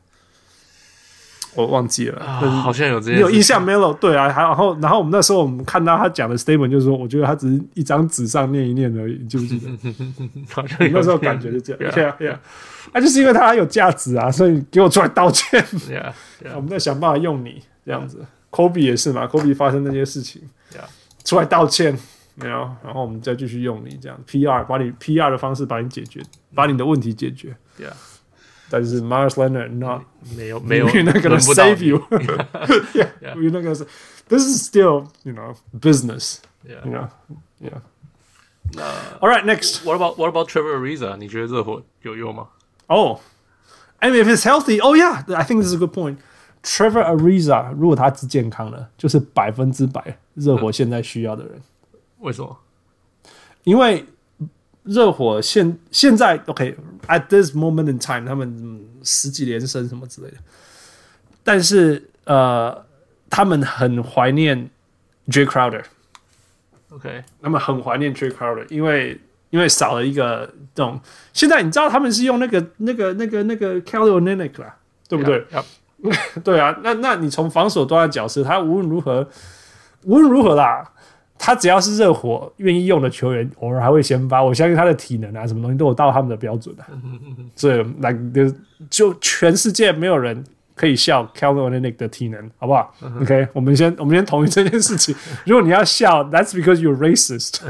A: 我忘记了，
B: 啊
A: 但是
B: 好像有这
A: 嗯你有印
B: 些，
A: 象 Melo？对啊，还然后然后我们那时候我们看到他讲的 statement 就是说，我觉得他只是一张纸上念一念而已，你记不 记得？
B: 好像有
A: 那时候
B: 这样
A: 感觉是这样
B: Yeah，
A: ，Yeah Yeah，那、就是因为他有价值啊，所以给我出来道歉，
B: ，yeah
A: 我
B: yeah
A: 们在想办法用你这样子。Kobe 也是嘛，Kobe 发生那些事情
B: Yeah.
A: 出来道歉，然后然后我们再继续用你这样 PR，把你 PR 的方式把你解决，把你的问题解决。
B: yeah，
A: 但是 Mars Leonard not
B: 没有 没有
A: you're not gonna
B: 轮不到
A: save
B: 你
A: you. yeah,
B: Yeah.
A: you're not gonna. Save. This is still you know business.
B: Yeah.
A: You know, yeah.
B: 那
A: All right, next.
B: What about What about Trevor Ariza？你觉得热火有用吗？
A: Oh, I mean, if it's healthy, oh yeah, I think this is a good point. Trevor Ariza 如果他是健康的，就是百分之百热火现在需要的人。
B: 为什么？
A: 因为热火现现在 OK，at、this moment in time，他们、嗯十几连胜什么之类的，但是呃，他们很怀念 J Crowder，
B: OK，
A: 他们很怀念 Jay Crowder，因为因为少了一个这种。现在你知道他们是用那个那个那个那个 Kelly o n e n i k 啦，对不对？
B: Yep, yep.
A: 对啊，那那你从防守端的角色，他无论如何，无论如何啦，他只要是热火愿意用的球员，偶尔还会先发。我相信他的体能啊，什么东西都有到他们的标准的、啊。这那就就全世界没有人可以笑 Kelvin o l e n i k 的体能，好不好？OK，我们先我们先同意这件事情。如果你要笑，That's because you're racist 。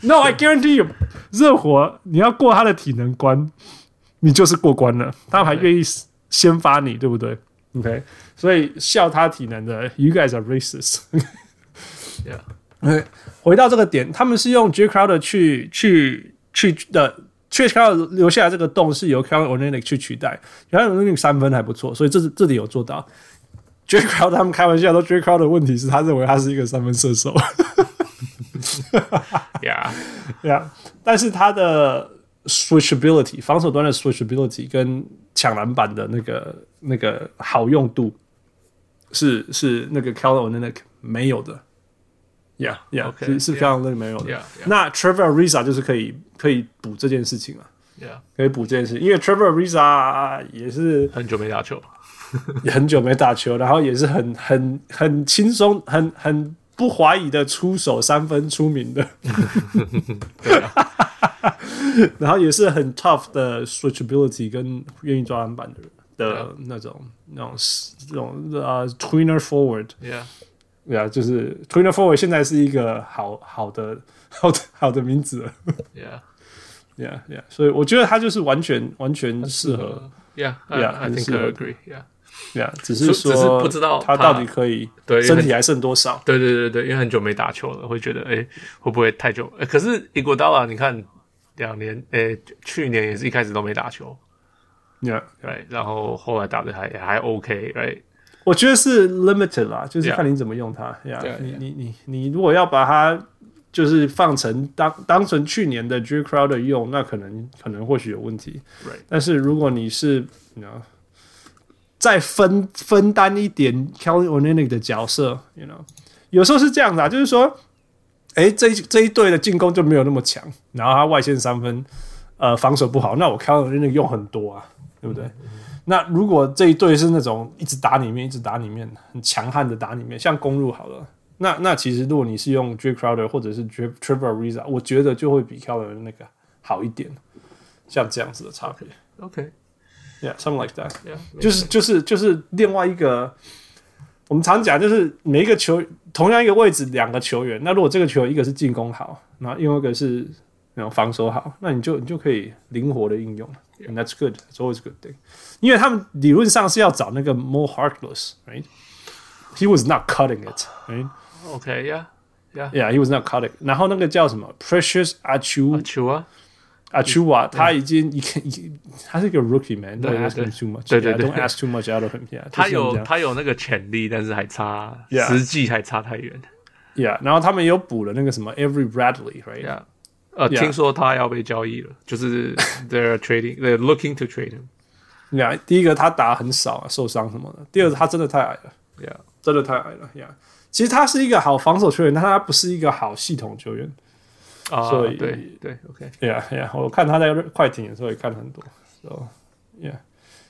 A: No, I guarantee you，热火你要过他的体能关，你就是过关了，他们还愿意先发你，对不对？OK，所以笑他体能的，You guys are racist 。
B: Yeah.
A: 回到这个点，他们是用 J Crowder 去去去的。J Crowder 留下来这个洞是由 Kevin o l e n i k 去取代 k e v i n o l e n i k 三分还不错，所以这是这里有做到。J Crowder 他们开玩笑说，J Crowder 的问题是他认为他是一个三分射手，
B: Yeah.
A: 对啊，但是他的 switchability 防守端的 switchability 跟抢篮板的那个那个好用度是是那个 Kevin o l e n i k 没有的，Yeah Yeah
B: OK，
A: 是是
B: yeah
A: 非常那个没有的
B: Yeah, yeah.
A: 那 Trevor Ariza 就是可以可以补这件事情啊，
B: Yeah.
A: 可以补这件事，因为 Trevor Ariza 也是
B: 很久没打球。
A: 很久没打球，然后也是很很很轻松、很很不怀疑的出手三分出名的，
B: 啊
A: 然后也是很 tough 的 switchability 跟愿意抓篮板的人
B: 啊
A: 的那种那种这种呃 tweener forward，
B: Yeah.
A: 对啊，就是 tweener forward 现在是一个好好的好的好的名字了
B: Yeah.
A: ，yeah yeah，所以我觉得他就是完全完全适合。
B: Yeah.
A: Yeah, 啊
B: I, I
A: 很
B: think
A: 适
B: I
A: 合
B: agree. Yeah.
A: 对啊，只是
B: 只
A: 说
B: 是不知道
A: 他
B: 他
A: 到底可以
B: 对因为
A: 身体还剩多少。
B: 对对对对，因为很久没打球了，会觉得哎、诶会不会太久？诶可是 i g u o d a l a 你看两年，哎、去年也是一开始都没打球，
A: Yeah，
B: 对，然后后来打的还还 OK，right？
A: 我觉得是 limited 啦，就是
B: Yeah
A: 看你怎么用它。Yeah，,
B: Yeah,
A: 你
B: yeah
A: 你你你如果要把它就是放成当当成去年的 Drew Crowder 用，那可能可能或许有问题。
B: Right
A: 但是如果你是 you know, 再分分担一点 Kelly o l e n i k 的角色，you know，有时候是这样的、啊，就是说，哎，这一这一队的进攻就没有那么强，然后他外线三分，呃，防守不好，那我 Kelly o l e n i k 用很多啊，对不对？那如果这一队是那种一直打里面，一直打里面，很强悍的打里面，像公路好了，那那其实如果你是用 J Crowder 或者是 J Trevor Ariza，我觉得就会比 Keller 那个好一点，像这样子的差别
B: OK，
A: ，Yeah，something like that，
B: yeah,
A: 就是就是就是另外一个，我们常讲就是每一个球同样一个位置两个球员，那如果这个球员一个是进攻好，然后另外一个是那种防守好，那你就你就可以灵活的应用。And that's good. That's always a good thing. 因为他们理论上是要找那个 more heartless, right? He was not cutting it, right?
B: OK，yeah，
A: Yeah, he was not cutting. 然后那个叫什么 Precious Achu
B: 球啊，
A: Achua，他已经已经已经他是一个 rookie man. Don't
B: 对
A: ask
B: 对
A: him too much.
B: 对对
A: Yeah,
B: 对
A: Don't ask too much out of him. Yeah, 就
B: 他
A: 是这
B: 有
A: 样
B: 他有那个潜力，但是还差
A: Yeah
B: 实际还差太远。
A: Yeah，然后他们有补了那个什么 Every Bradley，right？、
B: Yeah，呃
A: Yeah
B: 听说他要被交易了，就是 they're trading, they're looking to trade him.
A: 你看，第一个他打很少、啊，受伤什么的；第二个他真的太矮了，
B: Yeah，
A: 真的太矮了。Yeah，其实他是一个好防守球员，但他不是一个好系统球员。
B: 啊、
A: 所以
B: 对对，OK，
A: Yeah Yeah，我看他在快艇的时候也看很多。So Yeah，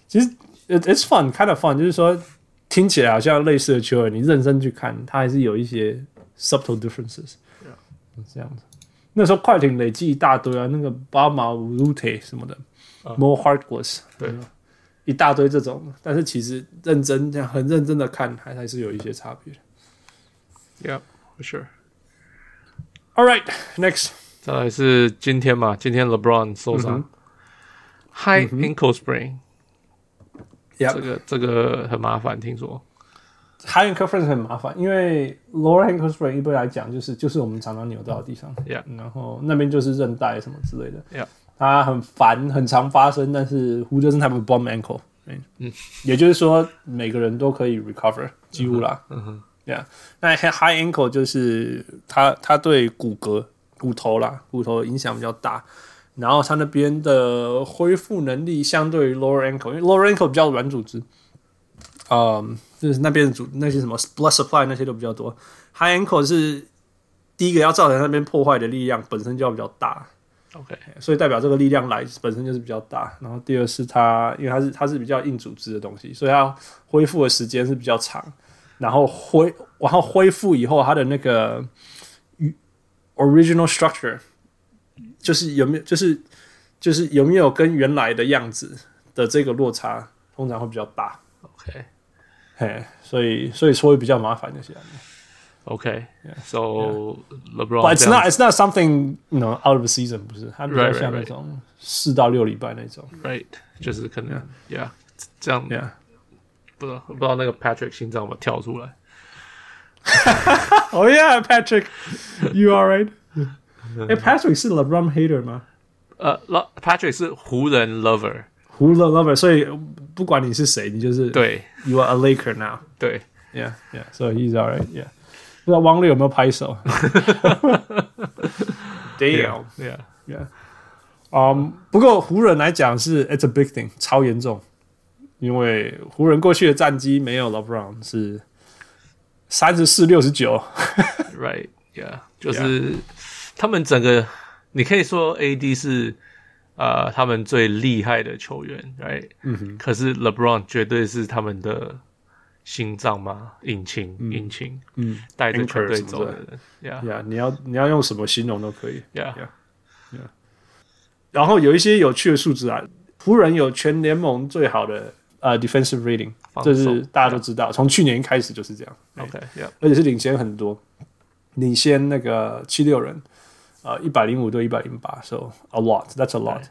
A: 其实 it- It's fun kind of fun，就是说听起来好像类似的球员，你认真去看，他还是有一些 subtle differences。这样子。那时候快艇累积一大堆啊，那个巴马乌特什么的、m o r e Heartless，
B: 对，
A: 一大堆这种，但是其实认真这样很认真的看，还还是有一些差别的。
B: Yeah, for sure.
A: All right, next，
B: 再来是今天嘛，今天 LeBron 受
A: 嗯
B: 伤、h i g h ankle sprain，、
A: Yep
B: 这个这个很麻烦，听说。
A: high ankle sprain 很麻烦，因为 lower ankle sprain 一般来讲就是就是我们常常扭到的地方
B: Yeah
A: 然后那边就是韧带什么之类的
B: Yeah
A: 它很烦，很常发生，但是 who doesn't have a bum ankle？嗯，也就是说每个人都可以 recover，几乎啦，嗯哼，yeah，那 high ankle 就是它它对骨骼骨头啦，骨头的影响比较大。然后他那边的恢复能力相对于 lower ankle，因为 lower ankle 比较软组织，嗯，就是那边的组那些什么 blood supply 那些都比较多。high ankle 是第一个要造成那边破坏的力量本身就要比较大，
B: OK，
A: 所以代表这个力量来本身就是比较大。然后第二是它，因为它是它是比较硬组织的东西，所以它恢复的时间是比较长。然后恢然后恢复以后，它的那个 original structure 就是有没有就是就是有没有跟原来的样子的这个落差，通常会比较大。
B: OK
A: 嘿，所以所以说会比较麻烦这些。
B: 哦 OK。So
A: But
B: LeBron，
A: it's
B: 这样
A: not it's not something you know out of the season，不是，它比较
B: Right, right,
A: 像那
B: right.
A: 种四到六礼拜那种。
B: right，就是可能 Yeah，这样
A: Yeah.
B: 不知道不知道那个 Patrick 心脏有没有跳出来。
A: Oh yeah, Patrick, you all right? 哎、p a t r i c k 是 LeBron hater 吗
B: 呃，Lo-，Patrick 是湖人 lover，
A: ？Who the lover？所以不管你是谁，你就是
B: 对
A: ，You are a Laker now.
B: 对
A: Yeah, yeah. So he's all right. Yeah. 不知道汪六有没有拍手 ？Damn.
B: ，Yeah，
A: Yeah. 嗯、不过湖人来讲是 It's a big thing，超严重，因为湖人过去的战绩没有 LeBron 是三十四六十九。
B: Right, yeah，就是他们整个，你可以说 AD 是呃他们最厉害的球员，Right？嗯哼。可是 LeBron 绝对是他们的心脏嘛，引擎，引擎，嗯，带着球
A: Anchor
B: 队
A: 什么
B: 走的
A: 之
B: 人，Yeah，
A: Yeah，你要你要用什么形容都可以。
B: Yeah，
A: 然后有一些有趣的数字啊，湖人有全联盟最好的呃 defensive rating，
B: 防守
A: 这是大家都知道，从去年开始就是这样，哎
B: OK，Yeah，
A: 而且是领先很多，领先那个七六人，呃，一百零五对一百零八，so a lot，that's a lot。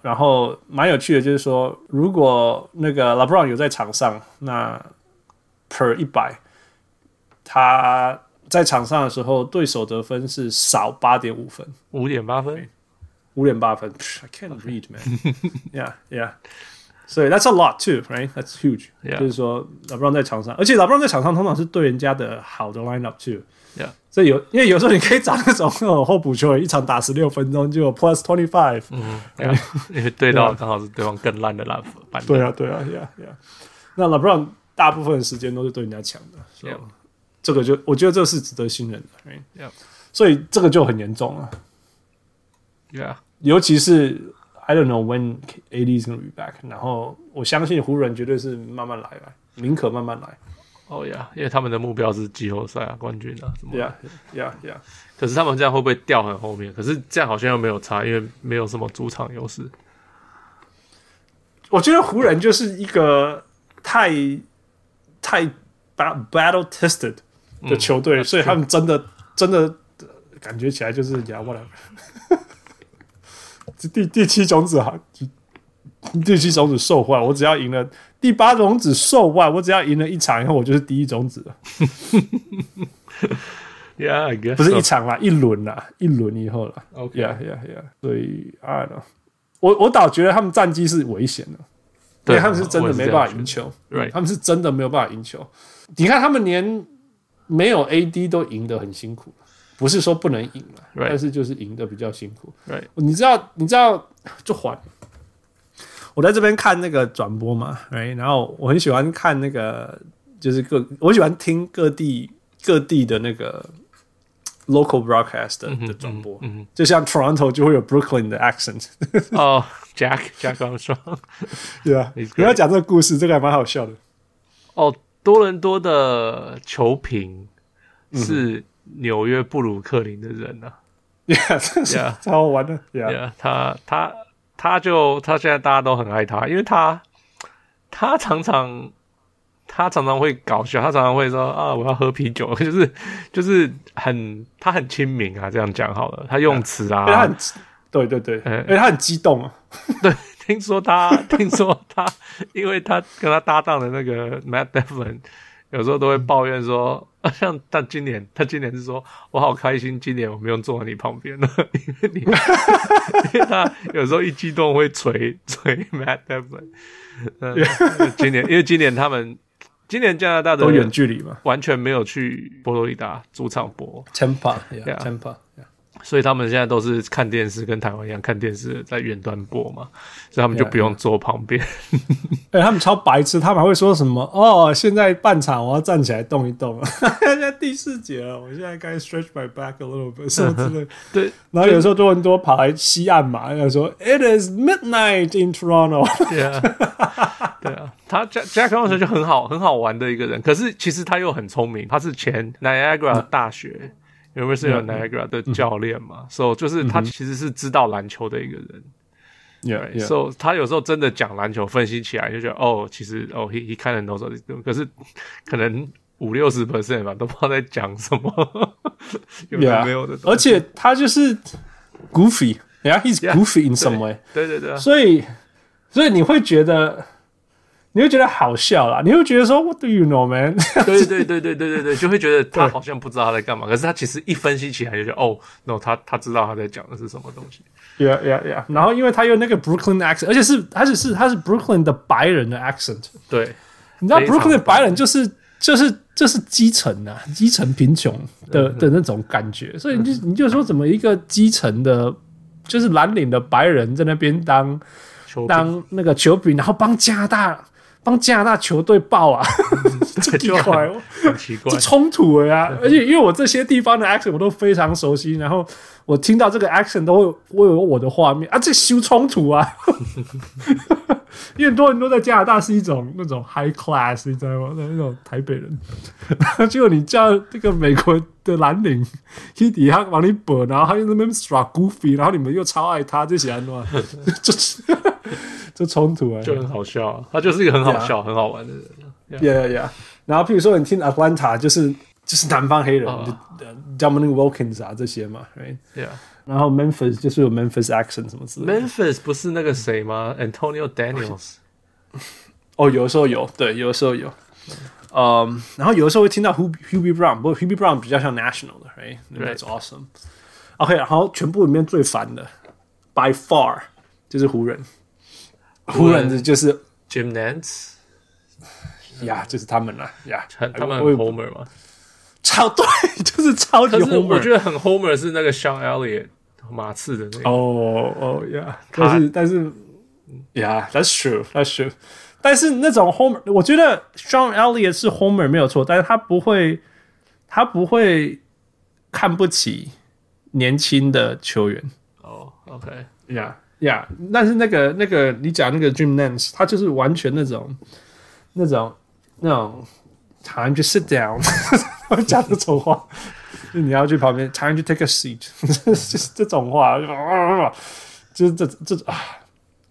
A: 然后蛮有趣的，就是说，如果那个 LeBron 有在场上，那 per 一百，他在场上的时候，对手得分是少八点五分。
B: 五点八分
A: 五点八分。I can't read, man. yeah, yeah. 所以 that's a lot too, right? That's huge.
B: Yeah.
A: 就是说老布朗在场上，而且老布朗在场上通常是对人家的好的 lineup too。
B: Yeah.
A: 所以有因为有时候你可以找那种那种候补球员，一场打十六分钟就有 plus twenty five。
B: ，Yeah，因 为对到刚好是对方更烂的篮板，
A: 对啊，对啊，Yeah Yeah。那 LeBron 大部分的时间都是对人家强的，所以
B: Yeah
A: 这个就我觉得这是值得信任的，right?
B: Yeah
A: 所以这个就很严重了，
B: ，Yeah，
A: 尤其是 I don't know when AD is going to be back，然后我相信湖人绝对是慢慢来吧，宁可慢慢来
B: 哦，Yeah，因为他们的目标是季后赛啊，冠军啊，什么的。
A: ，Yeah Yeah Yeah，
B: 可是他们这样会不会掉很后面？可是这样好像又没有差，因为没有什么主场优势。
A: 我觉得湖人就是一个太太 ba- battle tested 的球队，所以他们真的真的呃感觉起来就是呀 w h a t e 第第七种子好，第七种子受坏，我只要赢了第八种子受坏，我只要赢了一场以后，我就是第一种子了。
B: Yeah, I guess
A: 不是一场啦，一轮啦，一轮以后啦。
B: OK
A: Yeah, yeah, yeah。所以 I don't know，我我倒觉得他们战绩是危险的，因
B: 对啊
A: 为他们是真的没办法赢
B: 我也是这样觉
A: 球，
B: 得 Right
A: 他们是真的没有办法赢球。你看他们连没有 AD 都赢得很辛苦，不是说不能赢了
B: Right
A: 但是就是赢得比较辛苦。
B: 得 Right,
A: 你知道，你知道，就还。我在这边看那个转播嘛，哎，然后我很喜欢看那个，就是各我喜欢听各地各地的那个 local broadcast
B: 嗯
A: 的,、的转播，就像 Toronto 就会有 Brooklyn 的 accent。
B: 哦、j a c k Jack Armstrong，
A: 对啊，
B: It's
A: 你要讲这个故事，这个还蛮好笑的。
B: 哦，多伦多的球评
A: 嗯
B: 是纽约布鲁克林的人啊呢、
A: Yeah，这是
B: Yeah
A: 超好玩的。
B: 啊。
A: Yeah，
B: Yeah，他他他就他现在大家都很爱他，因为他他常常他常常会搞笑，他常常会说啊，我要喝啤酒， 就是就是很他很亲民啊，这样讲好了，他用词啊，
A: 因为他很，对对对，
B: 哎
A: 因为他很激动啊。
B: 对， 听说他，听说他，因为他跟他搭档的那个 Matt Devlin，有时候都会抱怨说， 啊像他今年，他今年是说，我好开心，今年我没有坐在你旁边了， 因为你，因为他有时候一激动会捶捶 Matt Devlin。嗯， 今年因为今年他们，今年加拿大的
A: 都远距离嘛
B: 完全没有去波罗里达主场博，
A: ，Tempa，Tempa，
B: Yeah 所以他们现在都是看电视，跟台湾一样看电视在远端播嘛，所以他们就
A: Yeah,
B: 不用坐旁边。
A: 哎、他们超白痴，他们还会说什么？哦，现在半场我要站起来动一动， 现在第四节了，我现在该 stretch my back a little bit 什么之 类的。
B: 对，
A: 然后有时候多伦多跑来西岸嘛，然后说 It is midnight in Toronto 。
B: 对啊，对啊，他 Jack Jack Nicholson 就很好很好玩的一个人，可是其实他又很聪明，他是前
A: 嗯
B: Niagara 大学 University of Niagara 的教练嘛，所以就是
A: 嗯
B: 他其实是知道篮球的一个人，
A: yeah,
B: 对，所以他有时候真的讲篮球分析起来就觉得哦，其实哦 he he kind of knows what he's doing，可是可能。五六十 percent 吧，都不知道在讲什么， 有 的
A: yeah, 哎
B: 没有的东西。
A: 而且他就是 goofy，yeah，he's
B: Yeah,
A: goofy in some
B: 对
A: way。
B: 对对对啊，
A: 所以，所以你会觉得，你会觉得好笑啦，你会觉得说 What do you know, man？
B: 对对对对对对对，就会觉得他好像不知道他在干嘛，可是他其实一分析起来就觉得哦，no，他他知道他在讲的是什么东西。
A: Yeah, yeah, yeah。然后因为他有那个 Brooklyn accent，而且是他只是他是 Brooklyn 的白人的 accent。
B: 对
A: 你知道
B: 非常
A: Brooklyn 的白
B: 白
A: 人就是就是就是基层啊，基层贫穷
B: 嗯
A: 的的那种感觉，所以你就你就说怎么一个基层的，就是蓝领的白人在那边当
B: 球评
A: 当那个球评，然后帮加拿大帮加拿大球队报啊， 这奇
B: 嗯就
A: 怪。哦
B: 很很奇怪
A: 这，冲突了 呀、而且因为我这些地方的 action 我都非常熟悉，然后我听到这个 action 都会我有我的画面啊，这修冲突啊， 因为很多人都在加拿大是一种那种 high class，你知道吗？那种台北人， 然后结果你叫这个美国的蓝领 k i t 他往里本，然后他又在那边耍 goofy，然后你们又超爱他，这些安诺， 就是这冲突啊，
B: 就很好笑啊。他就是一个很好笑、很好玩的人。
A: Yeah, yeah. 然后譬如说你听 Atlanta 就是就是南方黑人、
B: 啊
A: 就呃 Dominic Wilkins 啊这些嘛，right？
B: Yeah，Memphis
A: 然后 Memphis 就是有 Memphis accent 什么之类的。
B: 不是那个谁吗？Antonio Daniels。
A: 哦，有的时候有，对，有的时候有。嗯、然后有的时候会听到 Hub- Hubie Brown，不过 Hubie Brown 比较像 National 的，right？That's
B: Right.
A: awesome。OK，然后全部里面最烦的，by far 就是湖人，湖人的就是
B: Jim Nance，
A: 呀，就是他们啦，呀，
B: 很他们
A: 我
B: 很
A: 也不
B: Homer 嘛。
A: 超对，就是超级
B: 可是
A: homer
B: 我。觉得很 Homer 是那个 Sean Elliott 马刺的那个。
A: 哦哦呀，但是但是呀，That's true，That's true。但是那种 Homer，我觉得 Sean Elliott 是 Homer 没有错，但是他不会，他不会看不起年轻的球员。Oh
B: 哦，OK，
A: 呀呀，但是那个那个你讲那个 Jim Nance，他就是完全那种那种那种 time to sit down，讲这种话，就你要去旁边 time to take a seat，就是 这种话，就啊就是这这啊，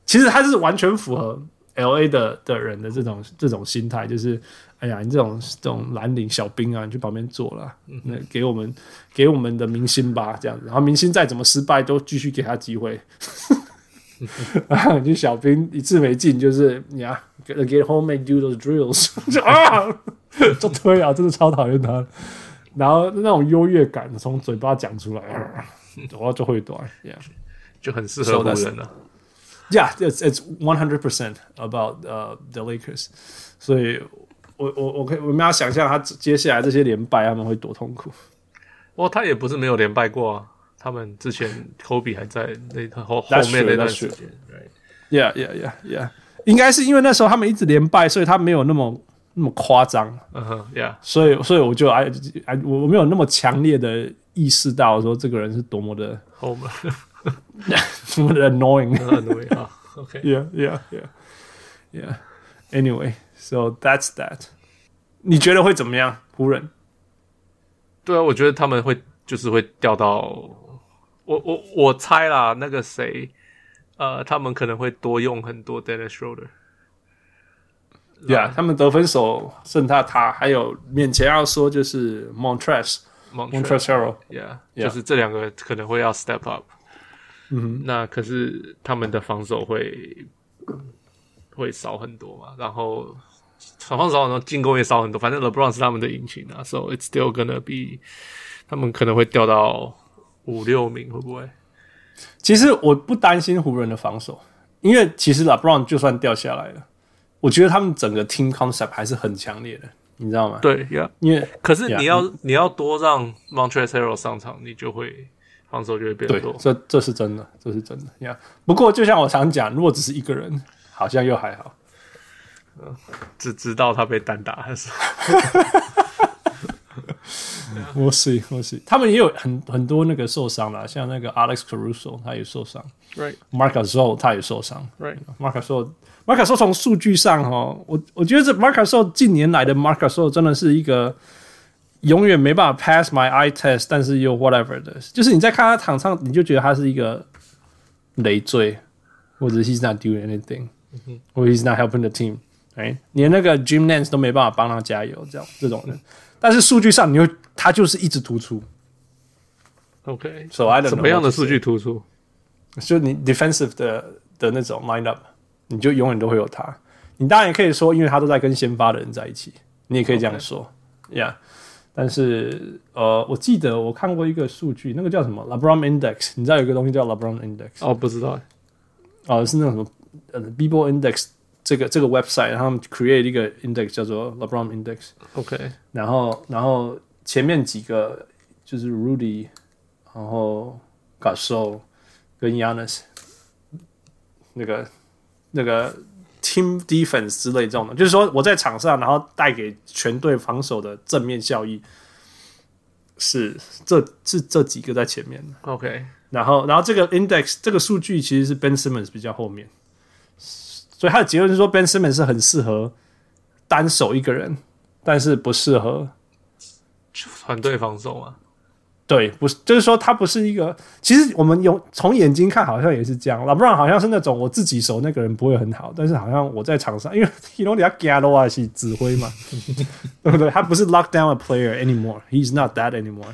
A: 其实他是完全符合 L A 的的人的这种这种心态，就是哎呀，你这种这种蓝领小兵啊，你去旁边坐啦，那给我们给我们的明星吧，这样子，然后明星再怎么失败都继续给他机会。啊， 你小兵一次没进，就是呀、g e t get home and do those drills，就 啊，就推啊，真的超讨厌他的。然后那种优越感从嘴巴讲出来， 啊然后就会短，yeah。
B: 就很适
A: So
B: 合
A: that's-
B: 湖人啊。
A: Yeah, it's it's one hundred percent about uh the Lakers，所以我我我可以我们要想象他接下来这些连败他们会多痛苦。
B: 哦，他也不是没有连败过啊。他们之前科比还在那后后
A: That's
B: 面
A: true,
B: 那段
A: that's
B: 时
A: true.
B: 间
A: Yeah,
B: ，right？
A: yeah, yeah, yeah，应该是因为那时候他们一直连败，所以他没有那么那么夸张，
B: 嗯哼，Yeah，
A: 所以所以我就哎哎我我没有那么强烈的意识到说这个人是多么的
B: 后面
A: 多么的 annoying。
B: 很努力啊。OK，
A: Yeah, yeah, yeah, yeah. Anyway, so that's that. 你觉得会怎么样，湖人？
B: 对啊，我觉得他们会就是会掉到，我我我猜啦，那个谁，呃，他们可能会多用很多 Dennis Schroeder。
A: 对啊，他们得分手剩他他，还有勉强要说就是 Montrez Montrez h a r o
B: Yeah，就是这两个可能会要 step up。嗯，那可是他们的防守会会少很多嘛，然后防守少很多，进攻也少很多。反正 LeBron 是他们的引擎啊，so it's still gonna be，他们可能会掉到五六名，会不会？
A: 其实我不担心湖人的防守，因为其实 LeBron 就算掉下来了，我觉得他们整个 team concept 还是很强烈的，你知道吗？
B: 对，Yeah。
A: 因为
B: 可是
A: Yeah，
B: 你要你要多让 Montrezl h a r r e l 上场，你就会防守就会变
A: 对
B: 弱，。
A: 这这是真的，这是真的呀。不过就像我常讲，如果只是一个人，好像又还好。
B: 只知道他被单打的时候，
A: 我 see，我 see。他们也有很很多那个受伤啦，像那个 Alex Caruso 他也受伤
B: right
A: ，Marc a s o 他也受伤。
B: right，
A: Marc a s o Marc a s o 从数据上哦，我我觉得这 Marc a s o 近年来的 Marc a s o 真的是一个永远没办法 pass my eye test，但是又 whatever 的，就是你在看他场上，你就觉得他是一个累赘，或者 he's not doing anything，或 he's not helping the team。哎，连那个 Jim Nance 都没办法帮他加油，这样这种人，但是数据上你会他就是一直突出。
B: OK，
A: So I don't know
B: 什么样的
A: what to
B: 数据突出？
A: 就你 defensive 的的那种 lineup，你就永远都会有他。你当然也可以说，因为他都在跟先发的人在一起，你也可以这样说，Yeah。但是呃，我记得我看过一个数据，那个叫什么 LeBron Index，你知道有一个东西叫 LeBron Index，
B: 哦，不知道，
A: 哦，是那种什么呃 b i b o Index 这个这个 website，然后他们 create 一个 index 叫做 LeBron Index，
B: OK，
A: 然后然后前面几个就是 Rudy，然后 Gasol 跟 Yanis，那个那个 team defense 之类这种的，就是说我在场上，然后带给全队防守的正面效益是这是这几个在前面的。
B: OK，
A: 然后，然后这个 index 这个数据其实是 Ben Simmons 比较后面，所以他的结论是说 Ben Simmons 是很适合单手一个人，但是不适合
B: 团队防守嘛，
A: 对，不是，就是说他不是一个。其实我们有从眼睛看，好像也是这样。老布朗好像是那种我自己手那个人不会很好，但是好像我在场上，因为 you know 你要 g a l o 啊，是指挥嘛，对不对？他不是 lock down a player anymore，he's not that anymore。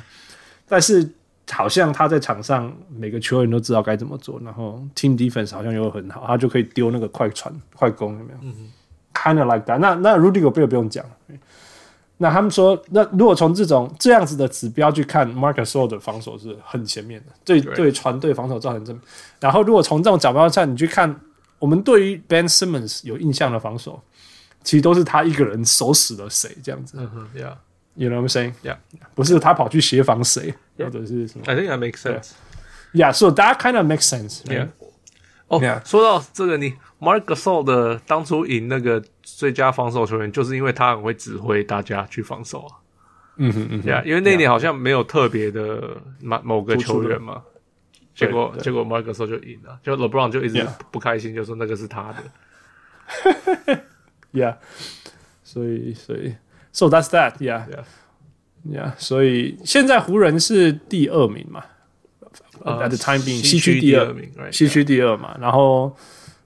A: 但是好像他在场上每个球员都知道该怎么做，然后 team defense 好像又很好，他就可以丢那个快传、快攻，有没有、k i n d of like that 那。那 Rudy Gobert 不用讲。那他们说，那如果从这种这样子的指标去看 m a r c u s o 的防守是很前面的，对
B: 对
A: 对船队防守造成正面。然后如果从这种角度上，你去看我们对于 Ben Simmons 有印象的防守，其实都是他一个人手死了谁这样子
B: 嗯哼，Yeah，I
A: ，You know what I'm saying？
B: Yeah.
A: 不是他跑去协防谁，或者是什么
B: think that makes sense。
A: ？Yeah，so that kind of makes sense. right?
B: Yeah 哦
A: Yeah
B: 说到这个，你 Mark Gasol 的当初赢那个最佳防守球员，就是因为他很会指挥大家去防守啊。
A: 嗯哼嗯哼
B: 对啊，因为那年好像没有特别的某某个球员嘛，结
A: 的
B: 果
A: 对
B: 结果 Mark Gasol 就赢了，就 LeBron 就一直
A: Yeah
B: 不开心，就说那个是他的。
A: ，Yeah，所以所以，so that's that. Yeah.
B: Yeah
A: Yeah，所以现在湖人是第二名嘛、
B: 呃
A: a t the time being，西
B: 西区
A: 区
B: 第
A: 第
B: 二
A: 二
B: 名，right，
A: 西区第二嘛，然后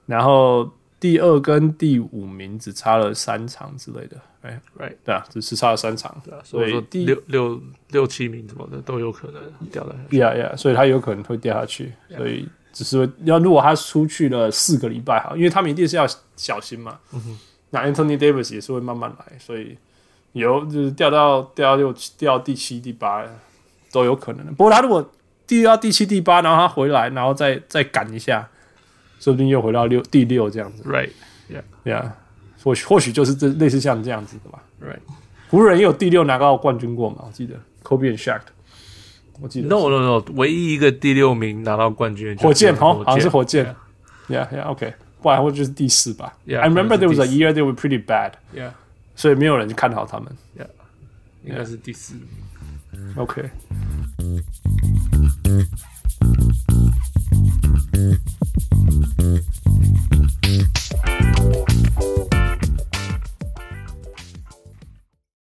A: 然后第二跟第五名只差了三场之类的，哎，
B: right，
A: 对啊，只是差了三场，对
B: 对啊所
A: 所
B: 以
A: 以
B: 说
A: 第
B: 六六六七名什么的都有可能掉的。
A: Yeah, yeah，所以他有可能会掉下去，所以只是会要如果他出去了四个礼拜哈，因为他们一定是要小心嘛。那 Anthony Davis 也是会慢慢来，所以有就是掉到掉到六掉到第七、第八都有可能的。不过他如果掉到第七、第八，然后他回来，然后再再赶一下，说不定又回到六第六这样子。
B: Right, yeah,
A: Yeah，或许或许就是这类似像这样子的吧。
B: right.
A: 湖人也有第六拿到冠军过嘛？我记得 Kobe and Shaq，我记得
B: No, no, no. 唯一一个第六名拿到冠军的就是
A: 火箭哦，好像是
B: 火
A: 火箭。Yeah, yeah, OK，不然或者就是第四吧。
B: Yeah,
A: I remember
B: 可能
A: there
B: 是
A: was a
B: 第四
A: year they were pretty bad，
B: 箭。Yeah,
A: 所以没有人看好他们。
B: yeah. 应该是第四名。
A: OK，